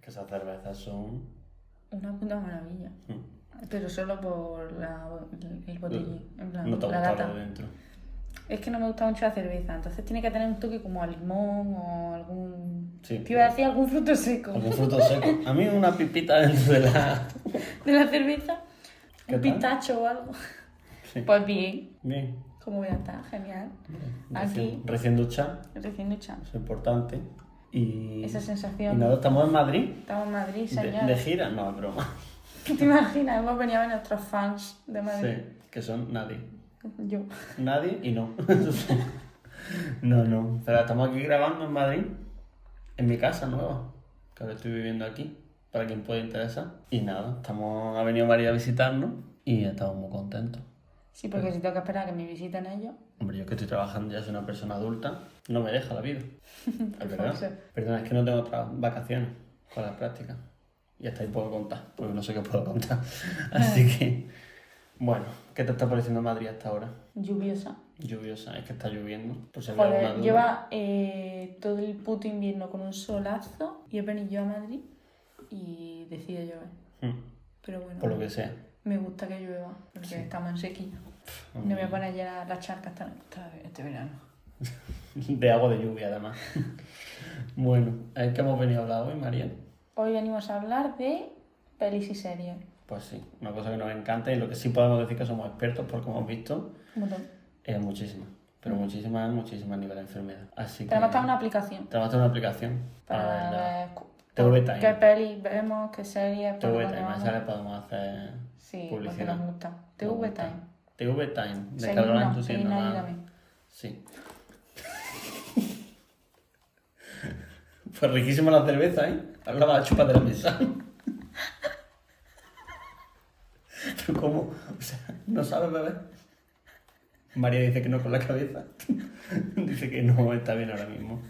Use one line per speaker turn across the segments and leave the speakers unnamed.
Que esas cervezas son.
Una puta maravilla. Pero solo por la, el, el botellín. En plan,
No te
la
gusta
lata.
lo de dentro.
Es que no me gusta mucho la cerveza, entonces tiene que tener un toque como a limón o algún.
Sí,
Te iba a
pero-
decir algún fruto seco
Algún fruto seco. A mí una pipita dentro de la.
de la cerveza.
¿Qué
Un
tal?
pistacho o algo.
Sí.
Pues bien,
Bien.
como voy a estar, genial.
Recién,
Aquí.
recién ducha,
Recién ducha.
eso es importante. Y.
Esa
y
sensación.
nada, estamos en Madrid.
Estamos en Madrid,
De,
señor.
de gira, no, es broma.
¿Te imaginas? Hemos venido a ver nuestros fans de Madrid.
Sí, que son nadie.
Yo.
Nadie y no. no, no. Pero estamos aquí grabando en Madrid, en mi casa nueva, que ahora estoy viviendo aquí, para quien pueda interesar. Y nada, estamos, ha venido María a visitarnos y estamos muy contentos.
Sí, porque si tengo que esperar a que me visiten ellos.
Hombre, yo que estoy trabajando ya soy una persona adulta, no me deja la vida. Es
José.
verdad. Perdona, es que no tengo otras vacaciones con las prácticas. Y hasta ahí puedo contar, porque no sé qué puedo contar. Así que, bueno, ¿qué te está pareciendo Madrid hasta ahora?
Lluviosa.
Lluviosa, es que está lloviendo. Por si había alguna
Joder,
duda.
lleva eh, todo el puto invierno con un solazo y he venido yo a Madrid y decido llover.
Hmm,
Pero bueno,
Por lo que Ah, sea.
me gusta que llueva porque estamos en sequía. No me van a llenar las charcas hasta, hasta este verano.
De agua de lluvia, además. bueno, es que hemos venido a hablar hoy, María.
Hoy venimos a hablar de pelis y series.
Pues sí, una cosa que nos encanta y lo que sí podemos decir que somos expertos, porque hemos visto,
Un montón.
es muchísima. Pero muchísimas, muchísimas a nivel de enfermedad. Así que. Ah,
Tenemos hasta una aplicación
Tenemos hasta una aplicación para
para
verla.
ver cu-
TV
qué
Time.
pelis vemos, qué series. por
TV
dónde
Time, a
vamos.
esa le podemos hacer
Sí, porque
publicidad.
nos gusta.
Nos
TV
gusta.
Time.
TV Time, de Carolina en tu tienda.
Seguidnos, seguidnos,
más-
ayúdame.
Sí. Pues riquísima la cerveza, ¿eh? Ahora la vas a chupar de la mesa. Pero ¿cómo? O sea, ¿no sabes beber? María dice que no con la cabeza. Dice que no está bien ahora mismo.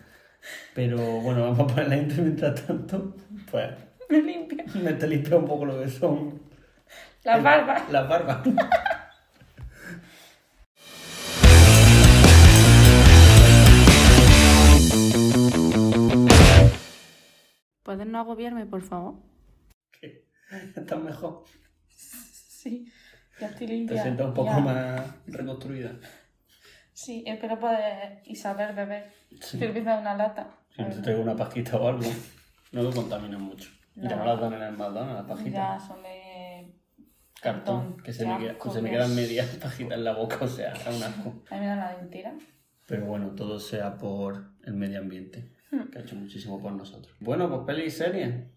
Pero bueno, vamos a poner la intro mientras tanto. Pues
Me limpia
me te limpia un poco lo que son
las
el-
barbas.
Las barbas.
¿Puedes no agobiarme, por favor?
Estás mejor.
Sí, ya estoy
Te
limpia.
sientes un poco
ya.
más reconstruida.
Sí, espero poder y saber beber.
Sí.
Cerveza de una lata.
Si no te traigo una pajita o algo, no lo contaminan mucho. Ya no
No.
las dan en el McDonald's, las pajitas.
Ya son de
Cartón, que se, me
Qué
queda-
asco,
se me
qué
quedan
asco.
medias pajitas en la boca, o sea, es un asco.
A mí me dan la dentera.
Pero bueno, todo sea por el medio ambiente, que ha hecho muchísimo por nosotros. Bueno, pues peli y serie.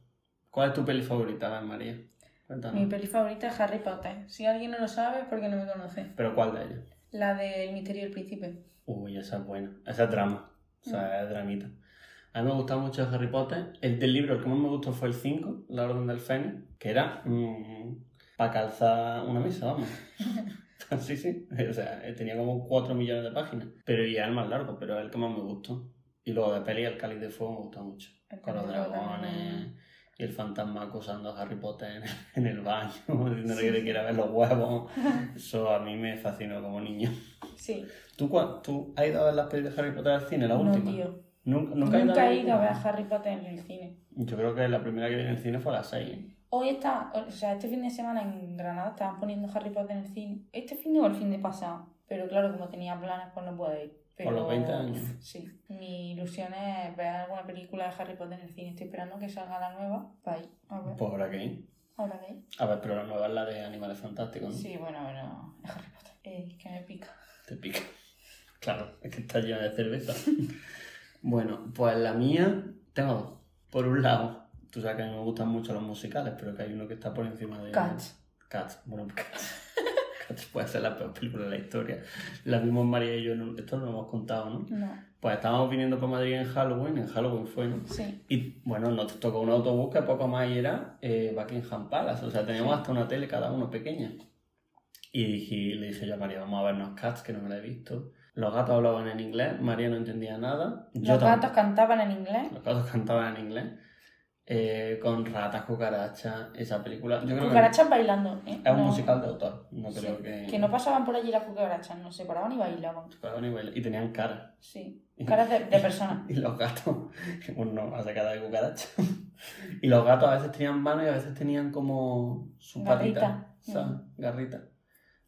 ¿Cuál es tu peli favorita, Ana María?
Mi
Cuéntanos.
peli favorita es Harry Potter. Si alguien no lo sabe es porque no me conoce.
¿Pero cuál de ellas?
La del misterio del príncipe.
Uy, esa es buena. Esa es drama. O
Mm.
sea, es dramita. A mí me gustaba mucho Harry Potter. El del libro, el que más me gustó fue el 5, La Orden del Fénix, que era para calzar una mesa, vamos. sí, sí. O sea, eh, tenía como 4 millones de páginas. Pero ya el más largo, pero es el que más me gustó. Y luego de peli, El Cáliz de Fuego me gustó mucho.
El
Con los
Cáliz de Fuego
dragones
también.
y el fantasma acosando a Harry Potter en el, en el baño, diciéndole que le quiera ver los huevos. Eso a mí me fascinó como niño.
Sí.
¿Tú, cua- ¿Tú has ido a ver las pelis de Harry Potter al cine, la
no,
última?
tío.
¿Nunca, nunca,
Nunca,
has
he ido a ver
la
a Harry Potter en el cine.
última? Yo creo que la ¿eh? primera que vi en el cine fue a las 6.
Hoy está, o sea, este fin de semana en Granada estaban poniendo Harry Potter en el cine. Este fin de o el fin de pasado. Pero claro, como tenía planes, pues no puedo ir. Pero,
Por los 20 años.
Sí. Mi ilusión es ver alguna película de Harry Potter en el cine. Estoy esperando que salga la nueva. Para ir. A ver.
Pues habrá que ir.
Ahora de ahí.
A ver, pero la nueva es la de Animales Fantásticos, ¿no?
Sí, bueno, bueno. es Harry Potter. Eh, que me pica.
Te pica. Claro, es que está llena de cerveza. bueno, pues la mía tengo dos. Por un lado, tú sabes que a mí me gustan mucho los musicales, pero que hay uno que está por encima de...
Cats.
Cats. Bueno, Cats. Cats puede ser la peor película de la historia. La misma María y yo, no- esto lo hemos contado, ¿no?
No.
Pues estábamos viniendo para Madrid en Halloween, en Halloween fue, ¿no?
Sí.
Y bueno, nos tocó un autobús que poco más y era eh, Buckingham Palace, o sea, teníamos hasta una tele cada uno pequeña. Y dije- le dije yo a María, vamos a vernos Cats, que no me la he visto. Los gatos hablaban en inglés, María no entendía nada.
Los
tam-
gatos cantaban en inglés.
Los gatos cantaban en inglés. eh, con ratas, cucarachas, esa película. Yo creo
Cucarachas bailando, ¿eh?
que es un
No.
musical de autor. No
Sí,
creo que.
Que no pasaban por allí las cucarachas, no se paraban y bailaban.
Cuadraban y baila- Y tenían cara.
Sí. Caras de, de personas.
Y los gatos, uno hace cara de cucaracha. Y los gatos a veces tenían manos y a veces tenían como su patita.
Garrita. Mm.
¿sabes? Garrita.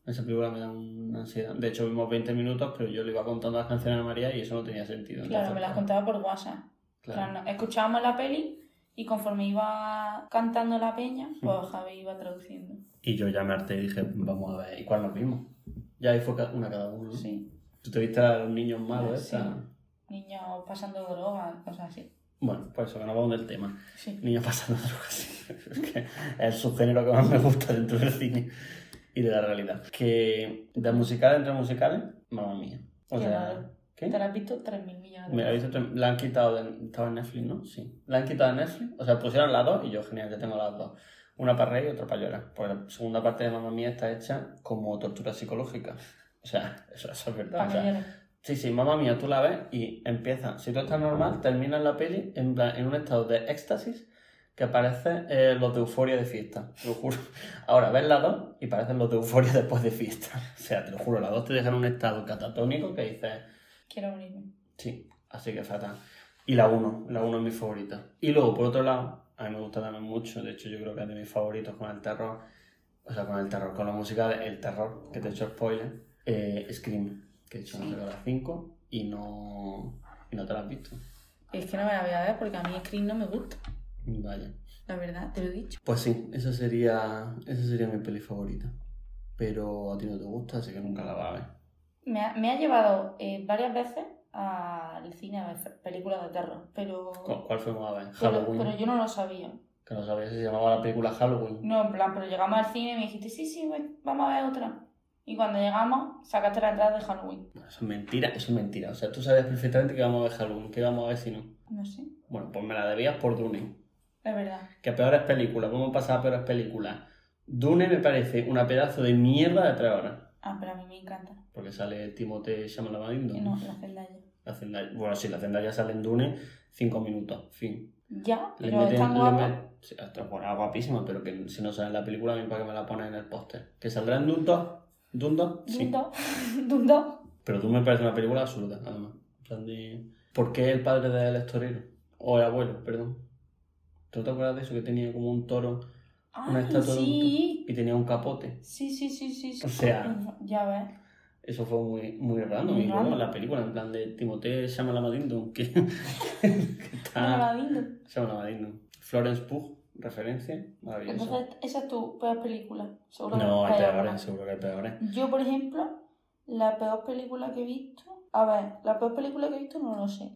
Esa película me da una ansiedad. De hecho, vimos 20 minutos, pero yo le iba contando las canciones a María y eso no tenía sentido.
Claro,
Entonces,
me las contaba por WhatsApp.
claro.
Claro, no, Escuchábamos la peli y conforme iba cantando la peña, pues Javi iba traduciendo.
Y yo ya me harté y dije, vamos a ver, ¿y cuál nos vimos? Ya ahí fue ca- una cada uno. ¿no?
Sí.
Tú te viste a los niños malos,
Sí.
esa?
Niños pasando drogas, cosas así.
Bueno, por eso, que no vamos del tema.
Sí.
Niños pasando drogas. es que es el subgénero que más me gusta dentro del cine y de la realidad. Que de musicales entre musicales, mamá mía. O
Qué
sea,
raro.
¿qué?
Te lo has visto 3.000 millones de
Me la, he
veces.
visto otra- la han quitado de, estaba en Netflix, ¿no? Sí. La han quitado de Netflix. O sea, pusieron las dos y yo, genial, ya tengo las dos. Una para reír y otra para llorar. Porque la segunda parte de Mamma Mía está hecha como tortura psicológica. O sea, eso, eso es verdad.
Para
O
que
sea,
llores.
Sí, sí, mamá mía, tú la ves y empieza. Si tú estás normal, terminas la peli en, plan- en un estado de éxtasis que parece eh, los de euforia de fiesta, te lo juro. Ahora ves la 2 y parecen los de euforia después de fiesta. O sea, te lo juro, la 2 te deja en un estado catatónico que dices,
Quiero morirme.
sí, así que fatal. Y la 1, la 1 es mi favorita. Y luego, por otro lado, a mí me gusta también mucho, de hecho yo creo que es de mis favoritos con el terror, o sea, con el terror, con la música de El Terror, que te he hecho spoiler, eh, Scream, que he hecho
Sí.
no sé, a las 5 y no, y no te la has visto.
Es que no me la voy a ver porque a mí Scream no me gusta.
Vaya.
La verdad, te lo he dicho.
Pues sí, esa sería, esa sería mi peli favorita. Pero a ti no te gusta, así que nunca la vas a ver.
Me ha, me ha llevado eh, varias veces al cine a ver películas de terror, pero,
¿Cu- ¿Cuál fuimos a ver?
pero,
Halloween.
pero yo no lo sabía.
Que no sabía si se llamaba la película Halloween.
No, en plan, pero llegamos al cine y me dijiste, sí, sí, ve- vamos a ver otra. Y cuando llegamos, sacaste la entrada de Halloween.
Bueno, eso es mentira, eso es mentira. O sea, tú sabías perfectamente que íbamos a ver Halloween, que íbamos a ver si no.
No sé,
Bueno, pues me la debías por Dune.
es verdad.
Que peores películas, vamos a pasar a peores películas. Dune me parece una pedazo de mierda de tres horas.
Ah, pero a mí me encanta.
Porque sale Timote Shamalabadindo.
Y No, la Zendaya.
La Zendaya- Bueno, sí, la Zendaya sale en Dune cinco minutos, fin.
Ya,
Le
pero es tan
le
guapa.
met- sí, está- bueno, es guapísima, pero que si no sale en la película, a mí para que me la pones en el póster. ¿Que saldrá en Dune 2? ¿Dune 2? Sí.
Dundo, dundo.
Pero Dune me parece una película absurda, además. En plan de- ¿Por qué el padre del estorero? O el abuelo, perdón. ¿Tú no te acuerdas de eso? Que tenía como un toro Una
Ay,
estatua de un
sí.
y tenía un capote.
Sí, sí, sí, sí. sí.
O sea.
Ya ves.
Eso fue muy, muy random.
Muy
y luego
random.
la película, en plan de Timothée Chamalabadindo, que, que está...
Maravilloso.
Chamalabadindo. Florence Pugh, referencia, maravillosa.
Entonces, esa es tu peor película. Seguro que
No, hay
peor,
peores,
¿no?
seguro que hay ¿eh? peores.
Yo, por ejemplo, la peor película que he visto. A ver, la peor película que he visto no lo sé.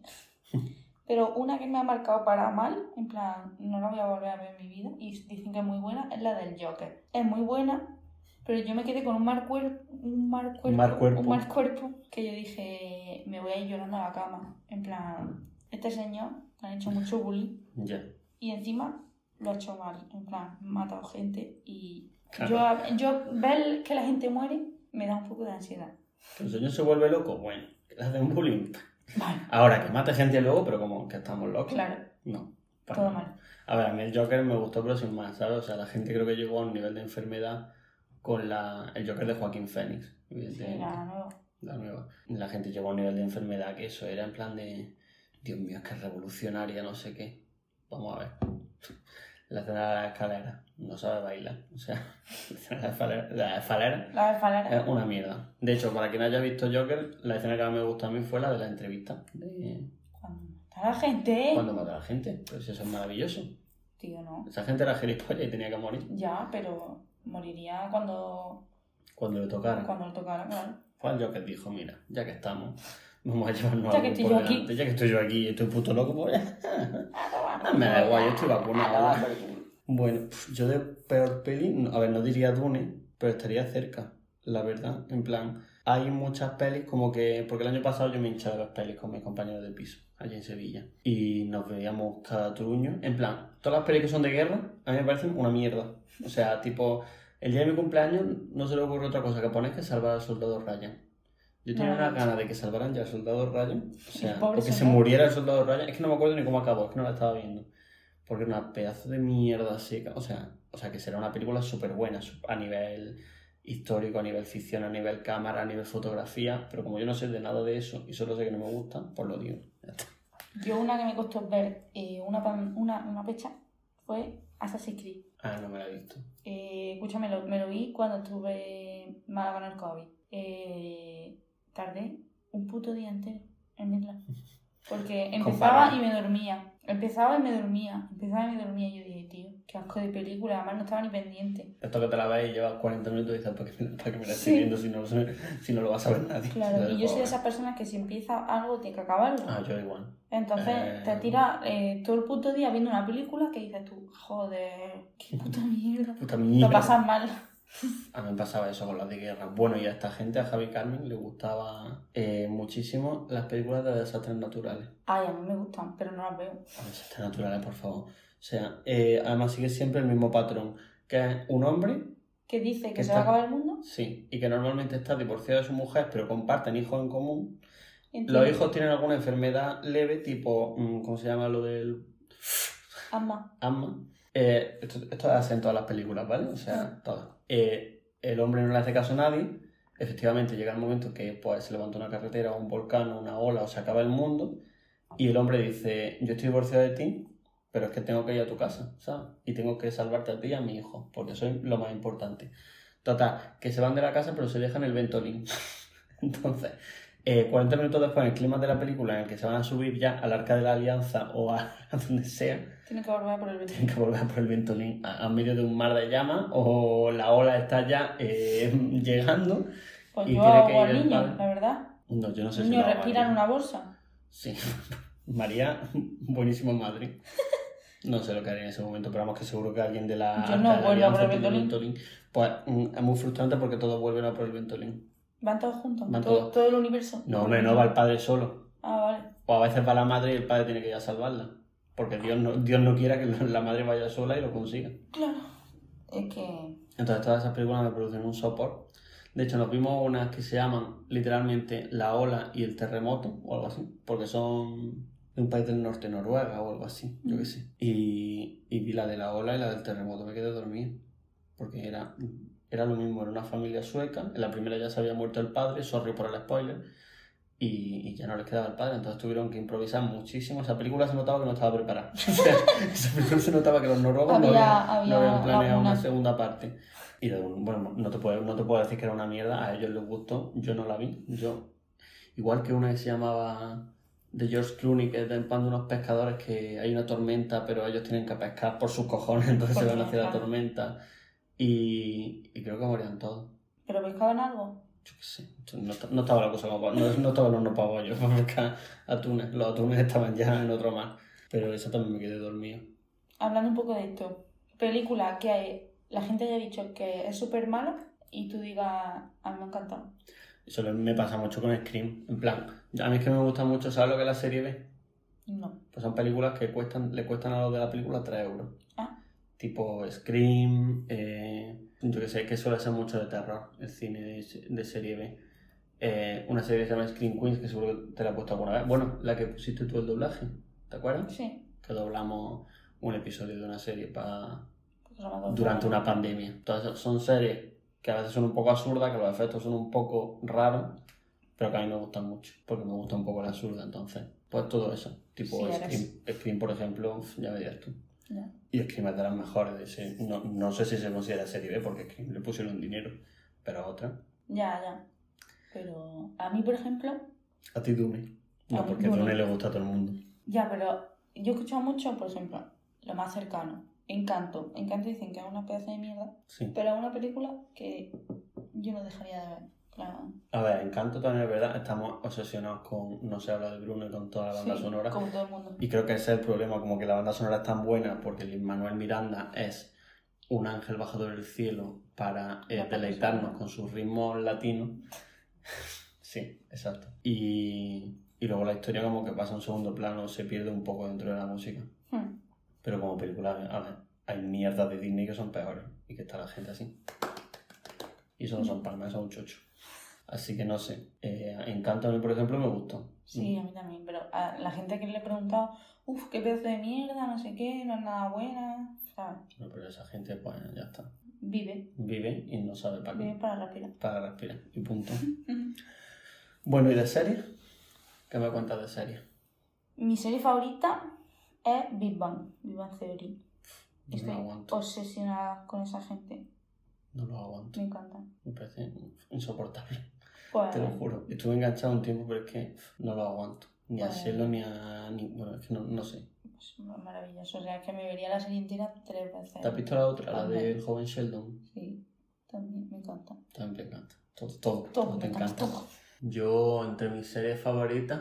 Pero una que me ha marcado para mal, en plan, no la voy a volver a ver en mi vida, y dicen que es muy buena, es la del Joker. Es muy buena, pero yo me quedé con un mal cuerpo. Un mal cuerpo.
mal cuerpo.
un mal cuerpo, Que yo dije, me voy a ir llorando a la cama. En plan, este señor le han hecho mucho bullying,
Ya.
y encima lo ha hecho mal. En plan, ha matado gente y
Claro.
yo, a- yo ver que la gente muere me da un poco de ansiedad.
Que el señor se vuelve loco, bueno, que le hacen bullying.
Vale,
Ahora, que mate gente luego, pero como que estamos locos.
claro,
No. para
todo
nada.
mal.
A ver, a mí el Joker me gustó, pero sin más, ¿sabes? O sea, la gente creo que llegó a un nivel de enfermedad con la, el Joker de Joaquín Phoenix,
Sí,
evidentemente,
nada nuevo.
la nueva. La gente llegó a un nivel de enfermedad que eso era en plan de, Dios mío, es que es revolucionaria, no sé qué. Vamos a ver. La escena de la escalera, no sabe bailar. O sea, la escena de la escalera- de la escalera
La de
es
Falera.
una mierda. De hecho, para quien haya visto Joker, la escena que más me gustó a mí fue la de la entrevista. De
Cuando mata a la gente.
cuando mata a la gente. Pero si eso es maravilloso.
Tío, no.
Esa gente era gilipollas y tenía que morir.
Ya, pero moriría cuando,
Cuando le tocara.
cuando le tocara, claro.
Fue el Joker dijo, mira, ya que estamos, vamos a llevarnos
Ya que
algo
estoy
por
yo aquí.
delante. Ya que estoy yo aquí y estoy puto loco, pues...
Ah,
me da igual, yo estoy vacunado. ¿eh?
Ah, porque-
bueno, pf, yo de peor peli, no- a ver, no diría Dune, pero estaría cerca, la verdad. En plan, hay muchas pelis como que... Porque el año pasado yo me hinché de las pelis con mis compañeros de piso, allí en Sevilla. Y nos veíamos cada truño. En plan, todas las pelis que son de guerra, a mí me parecen una mierda. O sea, tipo, el día de mi cumpleaños no se le ocurre otra cosa que poner que salvar al soldado Ryan. Yo tenía
Maravilla.
una gana de que salvaran ya al soldado Ryan. O sea,
pobre
porque se
soldado.
muriera el soldado Ryan. Es que no me acuerdo ni cómo acabó, es que no la estaba viendo. Porque una pedazo de mierda seca. O sea, o sea que será una película súper buena a nivel histórico, a nivel ficción, a nivel cámara, a nivel fotografía. Pero como yo no sé de nada de eso y solo sé que no me gusta, pues lo digo. Ya está.
Yo una que me costó ver, eh, una, pan- una, una pecha, fue Assassin's Creed.
Ah, no me la he visto.
Eh, escúchame, lo- me lo vi cuando estuve en Málaga con el COVID. Eh, tardé un puto día entero en verla. Porque empezaba
Comparado.
y me dormía. Empezaba y me dormía. Empezaba y me dormía. Y yo dije, tío, qué asco de película. Además no estaba ni pendiente.
Esto que te la ves y llevas 40 minutos y dices, ¿para qué me, para qué me la estoy
Sí.
viendo si no, lo sé- si no lo vas a ver nadie?
Claro, y yo soy de
Pobre.
esas personas que si empieza algo tiene que acabarlo.
Ah, yo igual.
Entonces
Eh.
te tiras eh, todo el puto día viendo una película que dices tú, joder, qué puta mierda.
Puta
Lo
mierda.
pasas mal.
A mí me pasaba eso con las de guerra. Bueno, y a esta gente, a Javi Carmen, le gustaba eh, muchísimo las películas de desastres naturales.
Ay, a mí me gustan, pero no las veo.
A desastres naturales, por favor. O sea, eh, además sigue siempre el mismo patrón, que es un hombre,
¿Qué dice? ¿Que
¿Qué
se va a
está?
acabar el mundo?
sí, y que normalmente está divorciado de su mujer, pero comparten hijos en común.
Entiendo.
Los hijos tienen alguna enfermedad leve, tipo, mm, ¿cómo se llama lo del
Ama.
Ama. Eh, esto, esto hace en todas las películas, ¿vale? O sea, todas. Eh, el hombre no le hace caso a nadie. Efectivamente, llega el momento que pues, se levanta una carretera, un volcán, una ola o se acaba el mundo. Y el hombre dice: Yo estoy divorciado de ti, pero es que tengo que ir a tu casa, ¿sabes? Y tengo que salvarte a ti y a mi hijo, porque eso es lo más importante. Total, que se van de la casa, pero se dejan el ventolín. Entonces, eh, 40 minutos después, en el clima de la película, en el que se van a subir ya al arca de la alianza o a- a donde sea,
Tiene que volver por el
tienen
vecino.
que volver por el ventolín a, a medio de un mar de llamas o la ola está ya eh, llegando.
Pues
Y
yo
tiene que
hago
ir
al
el
niño,
padre.
la verdad.
No, yo no sé
Los
si
niños
lo hago
respiran
aquí.
una bolsa.
Sí. María, buenísima madre. No sé lo que haría en ese momento, pero vamos que seguro que alguien de la...
Yo no
de la
vuelvo a
alianza
por el
pide
Ventolin.
Pues mm, es muy frustrante porque todos vuelven a por el ventolín.
Van todos juntos.
Van
todo,
todos.
todo el universo.
No, hombre, no va el padre solo.
Ah, vale.
O a veces va la madre y el padre tiene que ir a salvarla. Porque Dios no, Dios no quiera que la madre vaya sola y lo consiga.
Claro. Es que.
Entonces todas esas películas me producen un sopor. De hecho, nos vimos unas que se llaman literalmente La Ola y el Terremoto o algo así, porque son de un país del norte, Noruega o algo así, yo qué sé. Y, y vi la de La Ola y la del Terremoto, me quedé dormida, porque era, era lo mismo, era una familia sueca, en la primera ya se había muerto el padre, sorry por el spoiler, y, y ya no les quedaba el padre, entonces tuvieron que improvisar muchísimo. Esa película se notaba que no estaba preparada. O sea, esa película se notaba que los noruegos no
Había-
habían-
había
no habían planeado
alguna-
una segunda parte. Y de- bueno, no te, puedo, no te puedo decir que era una mierda, a ellos les gustó, yo no la vi. Yo, igual que una que se llamaba de George Clooney, que es de en plan de unos pescadores que hay una tormenta, pero ellos tienen que pescar por sus cojones, entonces
Por
se van
Dios,
hacia la
claro.
tormenta. Y, y creo que morían todos.
¿Pero pescaban algo?
Yo qué sé, yo no, ta- no estaba la cosa como pa- no, no estaba el horno para bollos para pescar atunes. Los atunes estaban ya en otro mar. Pero eso también me quedé dormido.
Hablando un poco de esto. Película que hay- la gente haya dicho que es súper mala y tú digas, a mí me ha encantado.
Eso le- me pasa mucho con Scream. En plan, a mí es que me gusta mucho, ¿sabes lo que es la serie B?
No.
Pues son películas que cuestan, le cuestan a los de la película 3 euros.
Ah.
Tipo Scream, eh, yo que sé, que suele ser mucho de terror, el cine de, se- de serie B. Eh, una serie que se llama Scream Queens, que seguro que te la he puesto alguna vez. Bueno, la que pusiste tú el doblaje, ¿te acuerdas?
Sí.
Que doblamos un episodio de una serie para
porque se me ha dado
durante
pena.
una pandemia. Entonces son series que a veces son un poco absurdas, que los efectos son un poco raros, pero que a mí me gustan mucho, porque me gusta un poco la absurda, entonces, pues todo eso. Tipo
Sí, ahora
Scream, Scream, por ejemplo, uf, ya veías tú.
Ya.
Y Scream es de las mejores de serie. No, no sé si se considera serie B, porque Scream le pusieron dinero, pero a otra.
Ya, ya. Pero a mí, por ejemplo,
A ti Dune.
A
No,
mí
porque
Dune.
Dune le gusta a todo el mundo.
Ya, pero yo he escuchado mucho, por ejemplo, lo más cercano, Encanto. Encanto dicen que es una pedazo de mierda,
Sí.
pero es una película que yo no dejaría de ver. en plan,
A ver, Encanto también es verdad, estamos obsesionados con No se habla de Bruno y con toda la banda
sí,
sonora.
como todo el mundo.
Y creo que ese es el problema, como que la banda sonora es tan buena porque Lin Manuel Miranda es un ángel bajador del cielo para eh,
La banda
deleitarnos
sonora.
con sus ritmos latinos. sí, exacto. Y, y luego la historia como que pasa a un segundo plano, se pierde un poco dentro de la música.
Hmm.
Pero como película, a ver, hay mierdas de Disney que son peores y que está la gente así. Y eso no son palmas, eso es un chocho. Así que no sé. Eh, Encanto a mí, por ejemplo, me gustó.
Sí, a mí también, pero a la gente que le he preguntado, uff, qué pedazo de mierda, no sé qué, no es nada buena, ¿sabes?
No, pero esa gente, pues ya está.
Vive,
Vive y no sabe para
vive
qué.
para respirar.
Para respirar. Y punto. Bueno, ¿y de serie? ¿Qué me cuentas de serie?
Mi serie favorita es Big Bang, Big Bang Theory.
No
Estoy
lo aguanto.
obsesionada con esa gente,
No lo aguanto.
me encanta.
Me parece insoportable.
Pues,
Te lo juro. Estuve enganchado un tiempo, pero es que no lo aguanto. Ni a
Bueno.
Sheldon, ni a... ni- Bueno, es que no, no sé.
pues, maravilloso, o sea, es que me vería la serie entera tres veces.
¿Te has visto la otra? La
También.
del joven Sheldon.
Sí, también me encanta.
También te encanta. Todo, todo,
Todo,
todo te
me encanta
encanta.
todo.
Yo, entre mis series favoritas,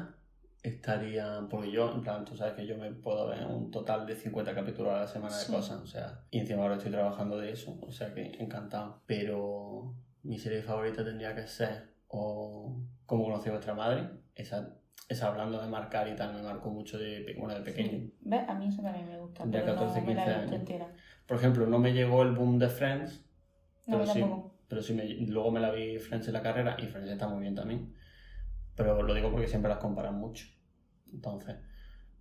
estaría. Porque yo, en plan, tú sabes que yo me puedo ver un total de 50 capítulos a la semana
Sí.
de cosas, o sea. Y encima ahora estoy trabajando de eso, o sea que encantado. Pero mi serie favorita tendría que ser. O. Como conocí a vuestra madre. Esa, esa hablando de marcar y tal, me marcó mucho de, pe- bueno, de pequeño.
Sí. ¿Ves? A mí eso también me gusta.
Tendría
pero
14,
no me la
15
he visto
años.
entera.
Por ejemplo, no me llegó el boom de Friends,
No,
Pero
yo
sí.
tampoco.
pero sí me, luego me la vi Friends en la carrera y Friends está muy bien también. Pero lo digo porque siempre las comparan mucho. Entonces,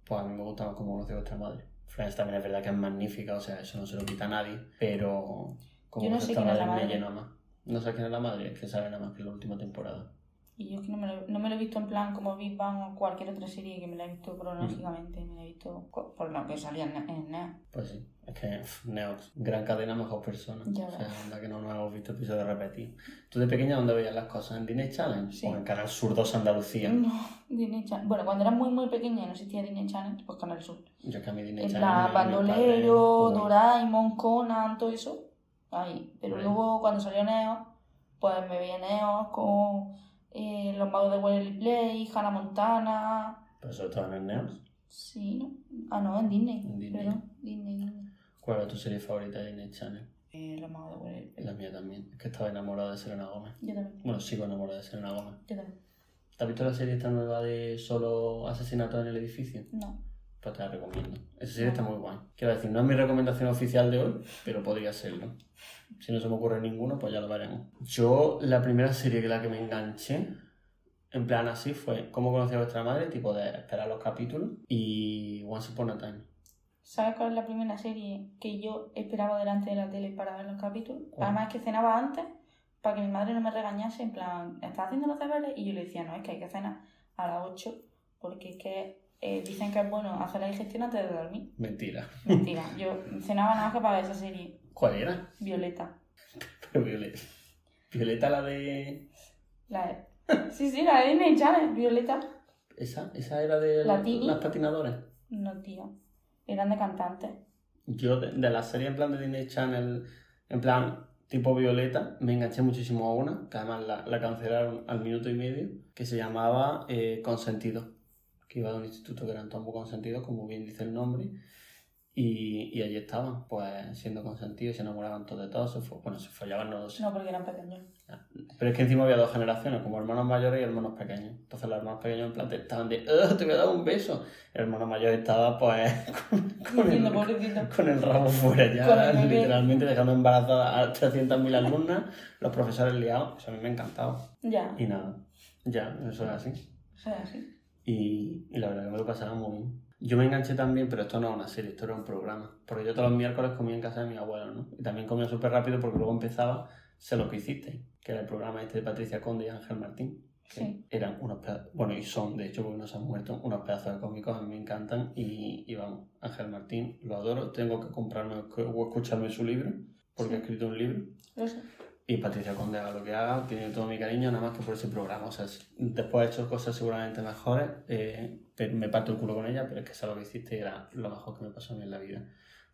pues a mí me gusta más como conocí a vuestra madre. Friends también es verdad que es magnífica, o sea, eso no se lo quita a nadie, pero como
Yo no sé quién es la
me
madre.
llena más. No sé quién es la madre, es que sabe nada más que la última temporada.
Y yo es que no me, lo, no me lo he visto en plan como Big Bang o cualquier otra serie que me la he visto cronológicamente. Me la he visto co- por lo que salía en na- en nada.
Pues sí, es que pff, Neox, gran cadena, mejor persona.
Ya
o sea, anda que no nos hemos visto episodio repetido. ¿Tú de pequeña dónde veías las cosas? ¿En Disney Challenge?
Sí. Mm,
¿O en Canal Sur 2 Andalucía?
No, Disney Channel. Bueno, cuando era muy, muy pequeña y no existía Disney Channel, pues Canal Sur.
Yo es que a mí Disney
En
Channel...
plan,
mi- mi padre-
Bandolero,
Uy.
Doraemon, Conan, todo eso. Ahí. Pero
Bueno.
luego cuando salió Neos, pues me veía Neos con eh, Los Magos de Waverly Place, Hannah Montana.
Pero eso estaba en Neox.
Sí, ¿no? Ah, no, en Disney.
En Disney.
Perdón, Disney, Disney.
¿Cuál era tu serie favorita de Disney Channel?
Eh, los magos de Waverly
Y
Place.
la mía también. Es que estaba enamorada de Selena Gómez.
Yo también,
Bueno, sigo enamorada de Selena Gómez.
yo también.
¿Te has visto la serie esta nueva de solo asesinatos en el edificio?
No.
Pues te la recomiendo. Esa serie está muy guay. Quiero decir, no es mi recomendación oficial de hoy, pero podría serlo. Si no se me ocurre ninguno, pues ya lo veremos. Yo, la primera serie que la que me enganché, en plan así, fue Cómo conocí a vuestra madre, tipo de esperar los capítulos, y Once Upon a Time.
¿Sabes cuál es la primera serie que yo esperaba delante de la tele para ver los capítulos?
¿Cuál?
Además, es que cenaba antes para que mi madre no me regañase. En plan, ¿estás haciendo los deberes? Y yo le decía, no, es que hay que cenar a las 8 porque es que eh, dicen que es bueno hacer la digestión antes de dormir.
Mentira.
Mentira, yo cenaba nada más que para ver esa serie.
¿Cuál era?
Violeta.
Pero Violeta. Violeta la de...
La de... Sí, sí, la de Disney Channel, Violeta.
¿Esa? ¿Esa era de
La Tini.
las patinadoras?
No, tío. Eran de cantantes.
Yo de, de la serie en plan de Disney Channel, en plan tipo Violeta, me enganché muchísimo a una, que además la, la cancelaron al minuto y medio, que se llamaba eh, Consentido, que iba de un instituto que eran todos muy consentidos, como bien dice el nombre, y, y allí estaban, pues siendo consentidos, se enamoraban todos de todos, se fo- bueno, se follaban, no lo sé.
No, porque eran pequeños.
Pero es que encima había dos generaciones, como hermanos mayores y hermanos pequeños. Entonces los hermanos pequeños en plan te estaban de, "Ugh, te voy a dar un beso. El hermano mayor estaba pues con, con el,
Diciendo, pobrecito.
con el rabo fuera
Con
ya,
el bebé.
literalmente dejando embarazada a 300.000 alumnas, los profesores liados, eso a mí me ha encantado.
Ya,
Y nada, ya, eso era así.
o sea, sí.
Y, y la verdad que me lo pasaba muy bien. Yo me enganché también, pero esto no era una serie, esto era un programa. Porque yo todos los miércoles comía en casa de mi abuelo, ¿no? Y también comía súper rápido porque luego empezaba Sé lo que hiciste, que era el programa este de Patricia Conde y Ángel Martín. que
Sí.
Eran unos pedazos, bueno, y son, de hecho, porque no se han muerto, unos pedazos de cómicos, a mí me encantan. Y, y vamos, Ángel Martín, lo adoro, tengo que comprarme o escucharme su libro, porque
Sí.
ha escrito un libro.
Lo sé.
Y Patricia Conde haga lo que haga, tiene todo mi cariño, nada más que por ese programa. O sea, si- después ha hecho cosas seguramente mejores, eh, pero me parto el culo con ella, pero es que esa lo que hiciste era lo mejor que me pasó a mí en la vida.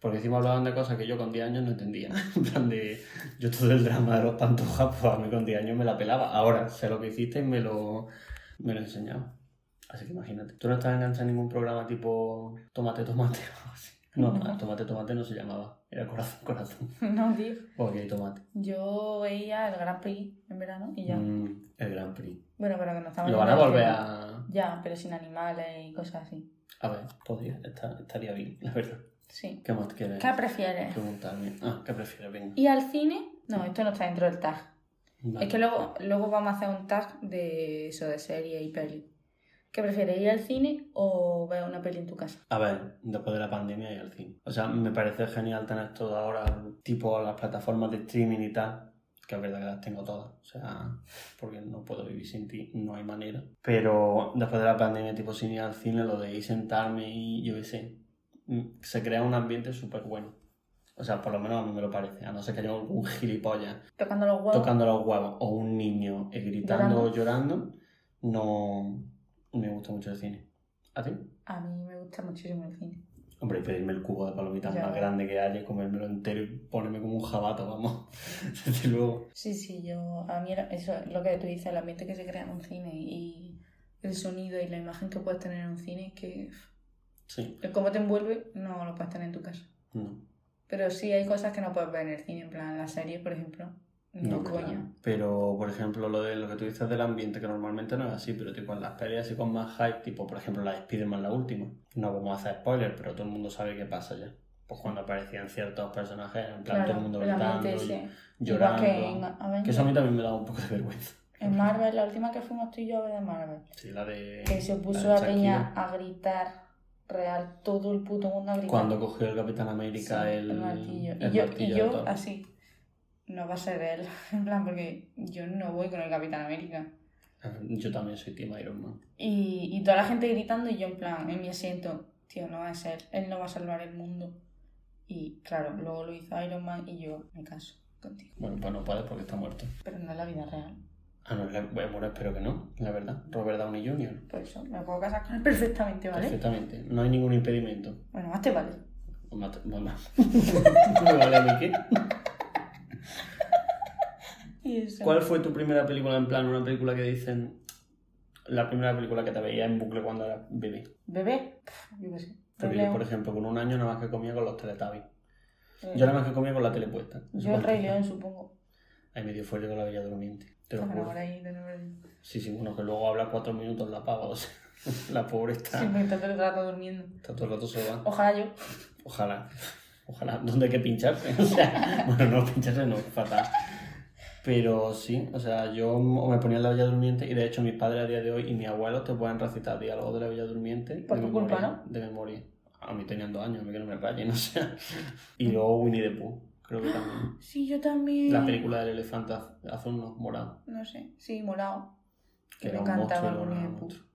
Porque encima hablaban de cosas que yo con 10 años no entendía. En plan de, yo todo el drama de los pantojas, pues a mí con 10 años me la pelaba. Ahora sé lo que hiciste y me lo, me lo enseñaba. Así que imagínate. ¿Tú no estás enganchado a ningún programa tipo Tomate, Tomate o algo así? No,
No.
Tomate, Tomate no se llamaba. Era Corazón, Corazón.
No, tío.
Porque hay tomate.
Yo veía el Gran Prix en verano y ya.
Mm, el Gran Prix.
Bueno, pero que no estaba
Lo
en
van a
verano,
volver
que-
a.
Ya, pero sin animales y cosas así.
A ver, podría, estar- estaría bien, la verdad.
Sí.
¿Qué más quieres
¿Qué prefieres?
preguntarme? Ah, ¿qué prefieres? Venga.
¿Y al cine? No, esto no está dentro del tag.
Vale.
Es que luego, luego vamos a hacer un tag de eso, de serie y peli. ¿Que prefieres ir al cine o ver una peli en tu casa?
A ver, después de la pandemia y al cine. O sea, me parece genial tener todo ahora, tipo las plataformas de streaming y tal, que es verdad que las tengo todas, o sea, porque no puedo vivir sin ti, no hay manera. Pero después de la pandemia, tipo sin ir al cine, lo de ir sentarme y yo qué sé, mm, se crea un ambiente súper bueno. O sea, por lo menos a mí me lo parece, a no ser que haya algún gilipollas
Tocando los huevos.
tocando los huevos o un niño eh, gritando o llorando, no me gusta mucho el cine. ¿A ti?
A mí me gusta muchísimo el cine.
Hombre, y pedirme el cubo de palomitas
Ya.
más grande que haya, y comérmelo entero y ponerme como un jabato, vamos. Desde luego.
Sí, sí, yo. A mí era- eso es lo que tú dices, el ambiente que se crea en un cine y el sonido y la imagen que puedes tener en un cine es que.
Sí.
el Cómo te envuelve, no lo puedes tener en tu casa.
No.
Pero sí hay cosas que no puedes ver en el cine, en plan las series, por ejemplo. No,
no,
coño.
claro. Pero, por ejemplo, lo de lo que tú dices del ambiente, que normalmente no es así, pero tipo en las peleas así con más hype, tipo, por ejemplo, la de Spider-Man, la última. No vamos a hacer spoiler, pero todo el mundo sabe qué pasa ya. Pues cuando aparecían ciertos personajes, en plan
Claro,
todo el mundo
el
gritando,
ambiente
y
ese. Igual
llorando.
que en
Que
Avengers.
eso a mí también me da un poco de vergüenza.
En Marvel, la última que fuimos tú y yo a ver de Marvel.
Sí, la de.
Que se puso
la
la,
de
peña
Shakira.
a gritar real, todo el puto mundo a gritar.
Cuando cogió el Capitán América
Sí,
el,
martillo.
el
y yo,
martillo
y yo
de Thor.
así. No va a ser él. En plan, porque yo no voy con el Capitán América.
Eh, Yo también soy Team Iron Man.
Y, y toda la gente gritando y yo en plan, en mi asiento, tío, no va a ser, él no va a salvar el mundo. Y claro, luego lo hizo Iron Man y yo me caso contigo.
Bueno, pues no puedes porque está muerto.
Pero no es la vida real.
Ah, no, la- bueno, espero que no, la verdad. Robert Downey Jr.
Por eso me puedo casar con él perfectamente, ¿vale?
Perfectamente. No hay ningún impedimento. Pues
Bueno, más te vale.
O mat- o ma- Me vale a mí qué.
Y eso.
¿Cuál fue tu primera película en plan? Una película que dicen. La primera película que te veía en bucle cuando eras bebé.
Bebé. Pff, yo qué sé.
Porque
Rey
yo, por
León.
ejemplo, con un año nada más que comía con los Teletubbies.
Eh,
Yo nada más que comía con la tele puesta.
yo el Rey León, supongo.
Ahí medio fuerte con la Bella Durmiente. Te lo
Para
juro.
por ahí de nuevo.
Sí, sí, bueno, que luego habla cuatro minutos la pava, o sea, la pobre está,
Siempre está todo el rato durmiendo.
está todo el rato sola.
Ojalá yo.
Ojalá, ojalá, ¿dónde hay que pincharse? O sea, bueno, no, pincharse no, fatal. Pero sí, o sea, yo o me ponía en la Bella Durmiente y de hecho mis padres a día de hoy y mis abuelos te pueden recitar diálogos de la Bella Durmiente.
Por
de
tu culpa,
memoria, De memoria. A mí tenían dos años, a mí que no me rayen, o sea. Y luego Winnie the Pooh, creo que también.
Sí, yo también.
La película del elefante az- azul, no, morado.
No sé. Sí, morado.
Que
me
era un
encantaba
monstruo, era
Winnie the
un
Pooh.
monstruo.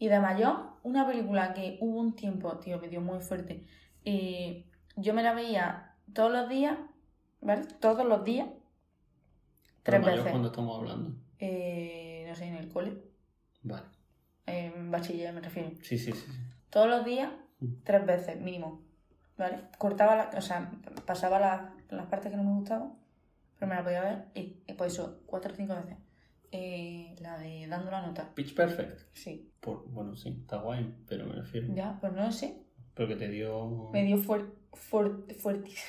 Y de mayor, una película que hubo un tiempo, tío, me dio muy fuerte. Eh, yo me la veía todos los días, ¿vale? Todos los días.
Pero
Tres
mayor
veces.
cuando estamos hablando.
Eh, no sé, en el cole.
Vale.
En bachiller me refiero.
Sí, sí, sí. sí.
Todos los días,
Mm.
tres veces mínimo. ¿Vale? Cortaba, la, o sea, pasaba la- las partes que no me gustaban, pero me la podía ver. Y, y pues eso, cuatro o cinco veces. Eh, la de dando la nota.
Pitch Perfect.
Sí.
Por, bueno, sí, está guay, pero me refiero.
Ya, pues no sé.
Pero que te dio.
Me dio fuer- fuer- fuertis-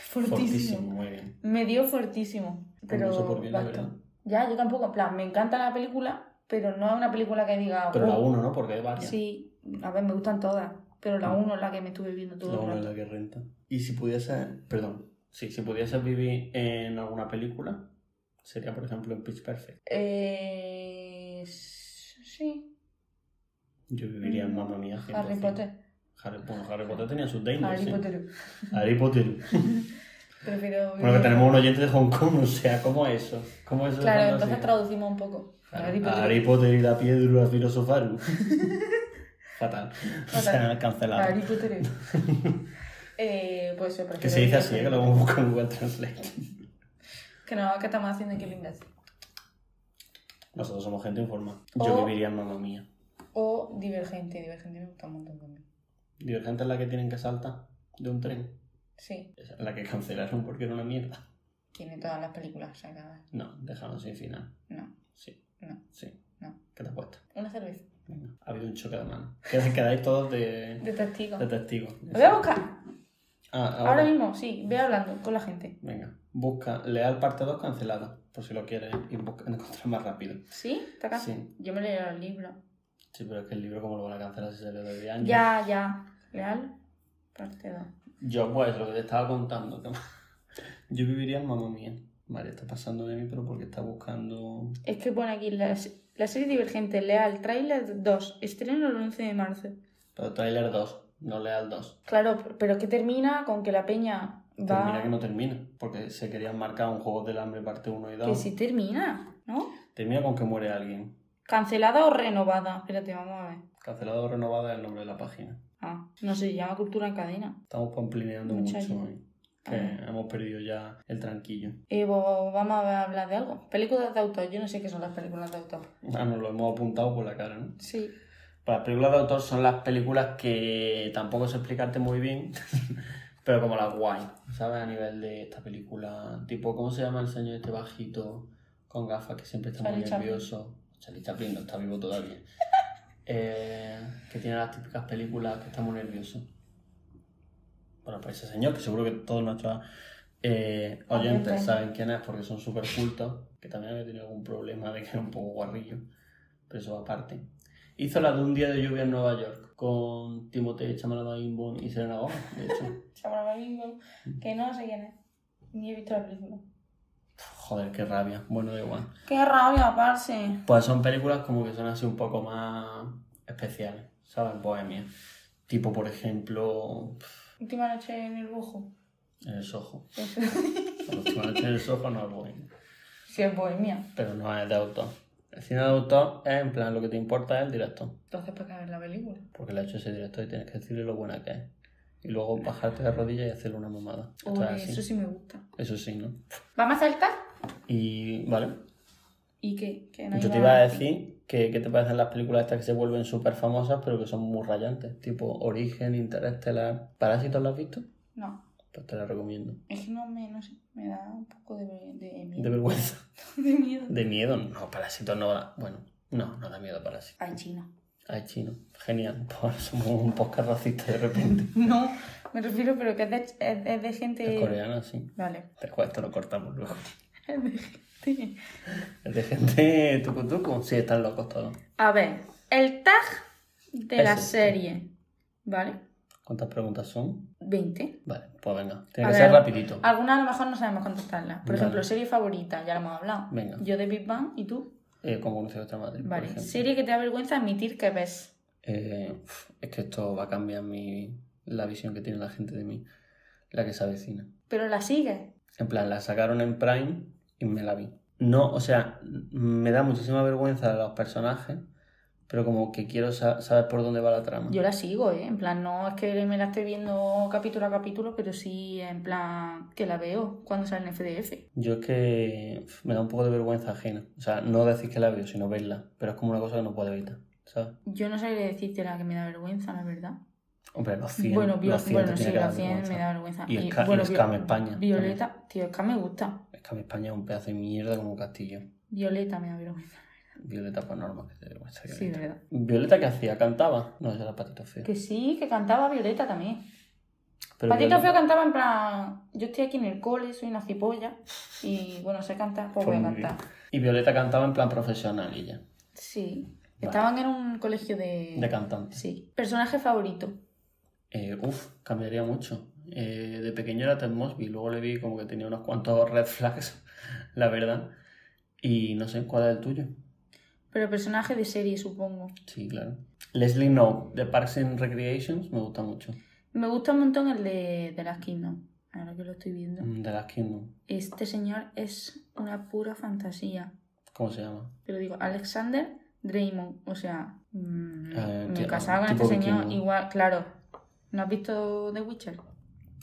fuertísimo.
Fortísimo, muy bien.
Me dio fuertísimo. Pero
no sé por qué, la
basta.
verdad.
Ya, yo tampoco. En plan, me encanta la película, pero no es una película que diga.
Pero la
"Oh,
1, ¿no? Porque hay varias.
Sí, a ver, me gustan todas. Pero la 1 es la que me estuve viendo todo
Ah. La 1
el rato.
es la que renta. Y si pudieses. Perdón. Sí, si pudieses vivir en alguna película, sería, por ejemplo, en Pitch Perfect.
Eh, s- sí.
Yo viviría en
Mm,
Mamma Mía. 100%.
Harry Potter.
Harry, bueno, Harry Potter tenía sus dangers.
Harry
sí.
Potter.
Harry Potter.
Prefiero.
Bueno, que
vivir-
tenemos un oyente de Hong Kong, o sea, ¿cómo es eso? ¿Cómo es eso? de
Claro,
fantasía?
entonces traducimos un poco. Harry Potter.
Harry Potter y la piedra filosofal. Fatal. O sea, cancelado.
Harry Potter. eh, pues yo prefiero.
Que se dice así,
vivir-
¿eh? que lo vamos a buscar en Google Translate.
Que no, que estamos haciendo aquí el imbécil.
Nosotros somos gente informal.
O-
Yo viviría en mamá mía.
O Divergente. Divergente me gusta un montón también.
Divergente es la que tienen que saltar de un tren.
Sí,
Esa es la que cancelaron porque era una mierda.
tiene todas las películas sacadas.
No, déjanos sin final.
No,
Sí.
No.
Sí.
No.
¿Qué te has puesto?
una cerveza.
Venga. Ha habido un choque de manos. Qued- Quedáis todos de,
De testigo.
de testigos.
Lo voy a buscar.
Ah, ahora.
Ahora mismo, sí, ve hablando con la gente.
Venga. Busca Leal parte 2 cancelada. Por si lo quieres y busca- encontrar más rápido.
¿Sí? ¿Está acá?
Sí.
Yo me leí el libro.
Sí, pero es que el libro, como lo van a cancelar si se le doy de años?
Ya, ya. Real, parte 2.
Yo, pues, lo que te estaba contando. que- Yo viviría en mamá mía. María está pasando de mí, pero porque está buscando.
Es que pone aquí la, se- la serie Divergente, Leal, Trailer 2, estreno el 11 de marzo.
Pero trailer 2, no leal 2.
Claro, pero es que termina con que la peña va...
Termina que no termina, porque se querían marcar un juego del hambre parte 1 y 2.
Que sí termina, ¿no?
Termina con que muere alguien.
¿Cancelada o renovada? Espérate, vamos a ver.
Cancelado o renovada es el nombre de la página.
Ah, no sé, se llama Cultura en Cadena.
Estamos pamplineando mucho,
Mucho allí.
hoy. Que
Ah.
hemos perdido ya el tranquillo.
Eh, bo- vamos a hablar de algo. Películas de autor. Yo no sé qué son las películas de autor.
Ah, nos lo hemos apuntado por la cara, ¿no?
Sí.
Pues las películas de autor son las películas que tampoco sé explicarte muy bien, pero como las guay, ¿sabes? A nivel de esta película, tipo, ¿cómo se llama el señor este bajito con gafas que siempre está muy
Charlie Chaplin.
nervioso? Charlie Chaplin no está vivo todavía. Eh, que tiene las típicas películas que está muy nervioso. Bueno, pues ese señor, que seguro que todos nuestros eh, oyentes
Oyentes.
saben quién es porque son súper cultos, que también había tenido algún problema de que era un poco guarrillo, pero eso aparte. Hizo la de un día de lluvia en Nueva York con Timothée Chalamet Boone y Selena Gomez, de hecho.
Se llama ahora mismo. Que no sé quién es. Ni he visto la película.
Joder, qué rabia. Bueno, da igual.
¡Qué rabia, parce!
Pues son películas como que son así un poco más especiales, ¿sabes? Bohemia. Tipo, por ejemplo,
Última noche en el bujo.
El Soho. La última noche en El Soho no es bohemia,
Si es bohemia.
pero no es de autor. El cine de autor es en plan lo que te importa es el director,
Entonces, ¿para qué ver la película?
porque le ha hecho ese director y tienes que decirle lo buena que es. Y luego bajarte de rodillas y hacerle una mamada. Esto
Uy,
es así.
eso sí me gusta.
Eso sí, ¿no?
¿Vamos a saltar?
Y vale,
¿Y qué? Que
Yo te iba a decir que qué te parecen las películas estas que se vuelven súper famosas pero que son muy rayantes, tipo Origen, Interestelar, Parásitos, ¿lo has visto?
No,
Pues te la recomiendo.
es que no me, no sé, me da un poco de, de
De
miedo.
vergüenza.
De, miedo.
De miedo, no, Parásitos no da. Bueno, no, no da miedo Parásitos.
Ay, China.
Ay, chino. Genial. Pues somos un podcast racista de repente.
No, me refiero, pero que es de, es, es de gente.
Es coreano, sí.
Vale.
Después esto lo cortamos luego.
Es de gente.
Es de gente tucu tucu. Sí, están locos todos.
A ver, el tag de la
Ese, sí.
serie. ¿Vale?
¿Cuántas preguntas son?
20.
Vale, pues venga. Tiene
A
que ser
ver.
rapidito.
Algunas a lo mejor no sabemos contestarlas. Por
Vale.
ejemplo, serie favorita, ya lo hemos hablado.
Venga.
Yo de Big Bang y tú.
Eh, como conocí a vuestra madre. por
Vale.
ejemplo.
Serie que te da vergüenza admitir que ves.
Eh, uf, es que esto va a cambiar mi, la visión que tiene la gente de mí, la que se avecina.
Pero la sigues.
En plan, la sacaron en Prime y me la vi. No, o sea, m- me da muchísima vergüenza los personajes, pero como que quiero sa- saber por dónde va la trama.
Yo la sigo, ¿eh? En plan, no es que me la esté viendo capítulo a capítulo, pero sí, en plan, que la veo cuando sale en FDF.
Yo es que uf, me da un poco de vergüenza ajena. O sea, no decir que la veo, sino verla. Pero es como una cosa que no puedo evitar, ¿sabes?
Yo no sabría decirte la que me da vergüenza, la verdad.
Hombre, los 100,
bueno, Vio-
los 100
bueno,
te
sí,
tiene que dar
los 100 me
vergüenza.
da vergüenza.
Y el Ca-
bueno,
y el
Vio-
Cam España
Violeta, tío, es que me gusta.
Es que mi España es un pedazo de mierda como un castillo.
Violeta me da vergüenza.
Violeta pues normal que te dé vergüenza.
Sí,
Violeta.
de verdad.
Violeta que hacía, cantaba. No, esa era Patito Feo.
Que sí, que cantaba Violeta también.
Pero
Patito
Violeta-
Feo cantaba en plan, yo estoy aquí en el cole, soy una cipolla, y bueno, sé cantar, pues voy a
Pues muy
cantar.
Y Violeta cantaba en plan profesional y ya,
Sí. Estaban en un colegio de...
de cantante.
Sí. Personaje favorito.
Eh, uf, cambiaría mucho. Eh, de pequeño era Ted Mosby, luego le vi como que tenía unos cuantos red flags, la verdad. Y no sé cuál es el tuyo.
Pero personaje de serie, supongo.
Sí, claro. Leslie No, de Parks and Recreations, me gusta mucho.
Me gusta un montón el de, de las Kingdom. Ahora que lo estoy viendo.
Mm, De las Kingdom.
Este señor es una pura fantasía.
¿Cómo se llama?
Te lo digo, Alexander Draymond. O sea, mm,
Eh,
me
tío,
casaba con
tipo
este señor
vikingo.
igual, claro. ¿No has visto The Witcher?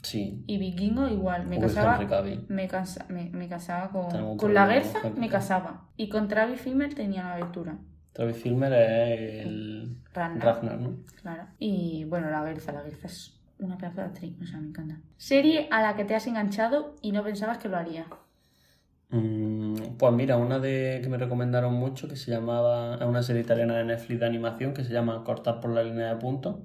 Sí.
Y Vikingo igual. Me
Uy, Henry
casaba.
Cavill.
Me, casa- me, me casaba
Tenemos un
con, con la
problema,
Gerza,
Henry
me
Cavill.
casaba. Y con Travis Fimmel tenía una aventura.
Travis Filmer es el
Ragnar.
Ragnar, ¿no?
Claro. Y bueno, la Berza, la Berza es una pedazo de actriz, o sea, me encanta. Serie a la que te has enganchado y no pensabas que lo haría.
Mm, Pues mira, una de que me recomendaron mucho que se llamaba, es una serie italiana de Netflix de animación que se llama Cortar por la línea de puntos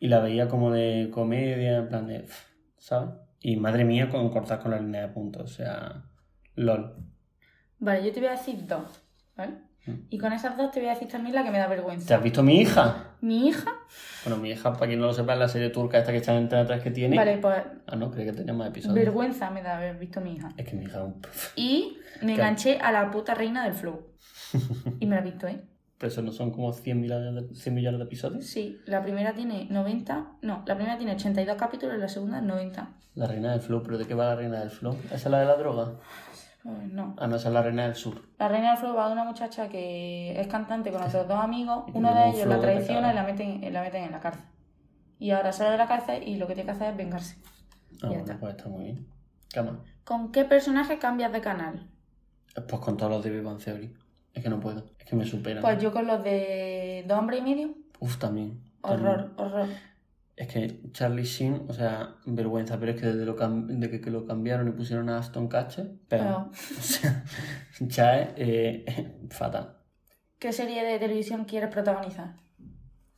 y la veía como de comedia, en plan de, pff, ¿sabes? Y madre mía con cortar con la línea de puntos, o sea, lol.
Vale, yo te voy a decir dos, ¿vale?
Mm.
Y con esas dos te voy a decir también la que me da
¿Te
vergüenza.
has visto mi hija?
Mi hija,
Bueno, mi hija, para quien no lo sepa, es la serie turca esta que está en Antena 3 que tiene.
vale, pues
Ah, no, creía que tenía más episodios.
vergüenza me da haber visto mi hija.
Es que mi hija es un...
Y me
Claro.
enganché a la puta reina del flow. Y me la he visto, ¿eh?
Pero eso no son como 100 millones de, 100 millones de episodios.
Sí, la primera tiene 90, no, la primera tiene 82 capítulos y la segunda 90.
La reina del flow, pero ¿de qué va la reina del flow? ¿Esa es la de la droga?
Pues no.
Ah, no, esa es la reina del sur.
La reina del flow va de una muchacha que es cantante con otros dos amigos,
Y que
uno
tiene
de
un
ellos la
flow de
traiciona
pecado.
y la meten, la meten en la cárcel. Y ahora sale de la cárcel y lo que tiene que hacer es vengarse.
Ah,
Ya
bueno,
está.
pues está muy bien. ¿Qué más?
¿Con qué personaje cambias de canal?
Pues con todos los de Big Bang Theory. Es que no puedo. Es que me superan.
Pues yo con los de dos hombres y medio.
Uf, también. también.
Horror, horror.
Es que Charlie Sheen, o sea, vergüenza, pero es que desde lo cam- de que, que lo cambiaron y pusieron a Aston Catcher, pero,
Pero,
o sea, ya es eh, fatal.
¿Qué serie de televisión quieres protagonizar?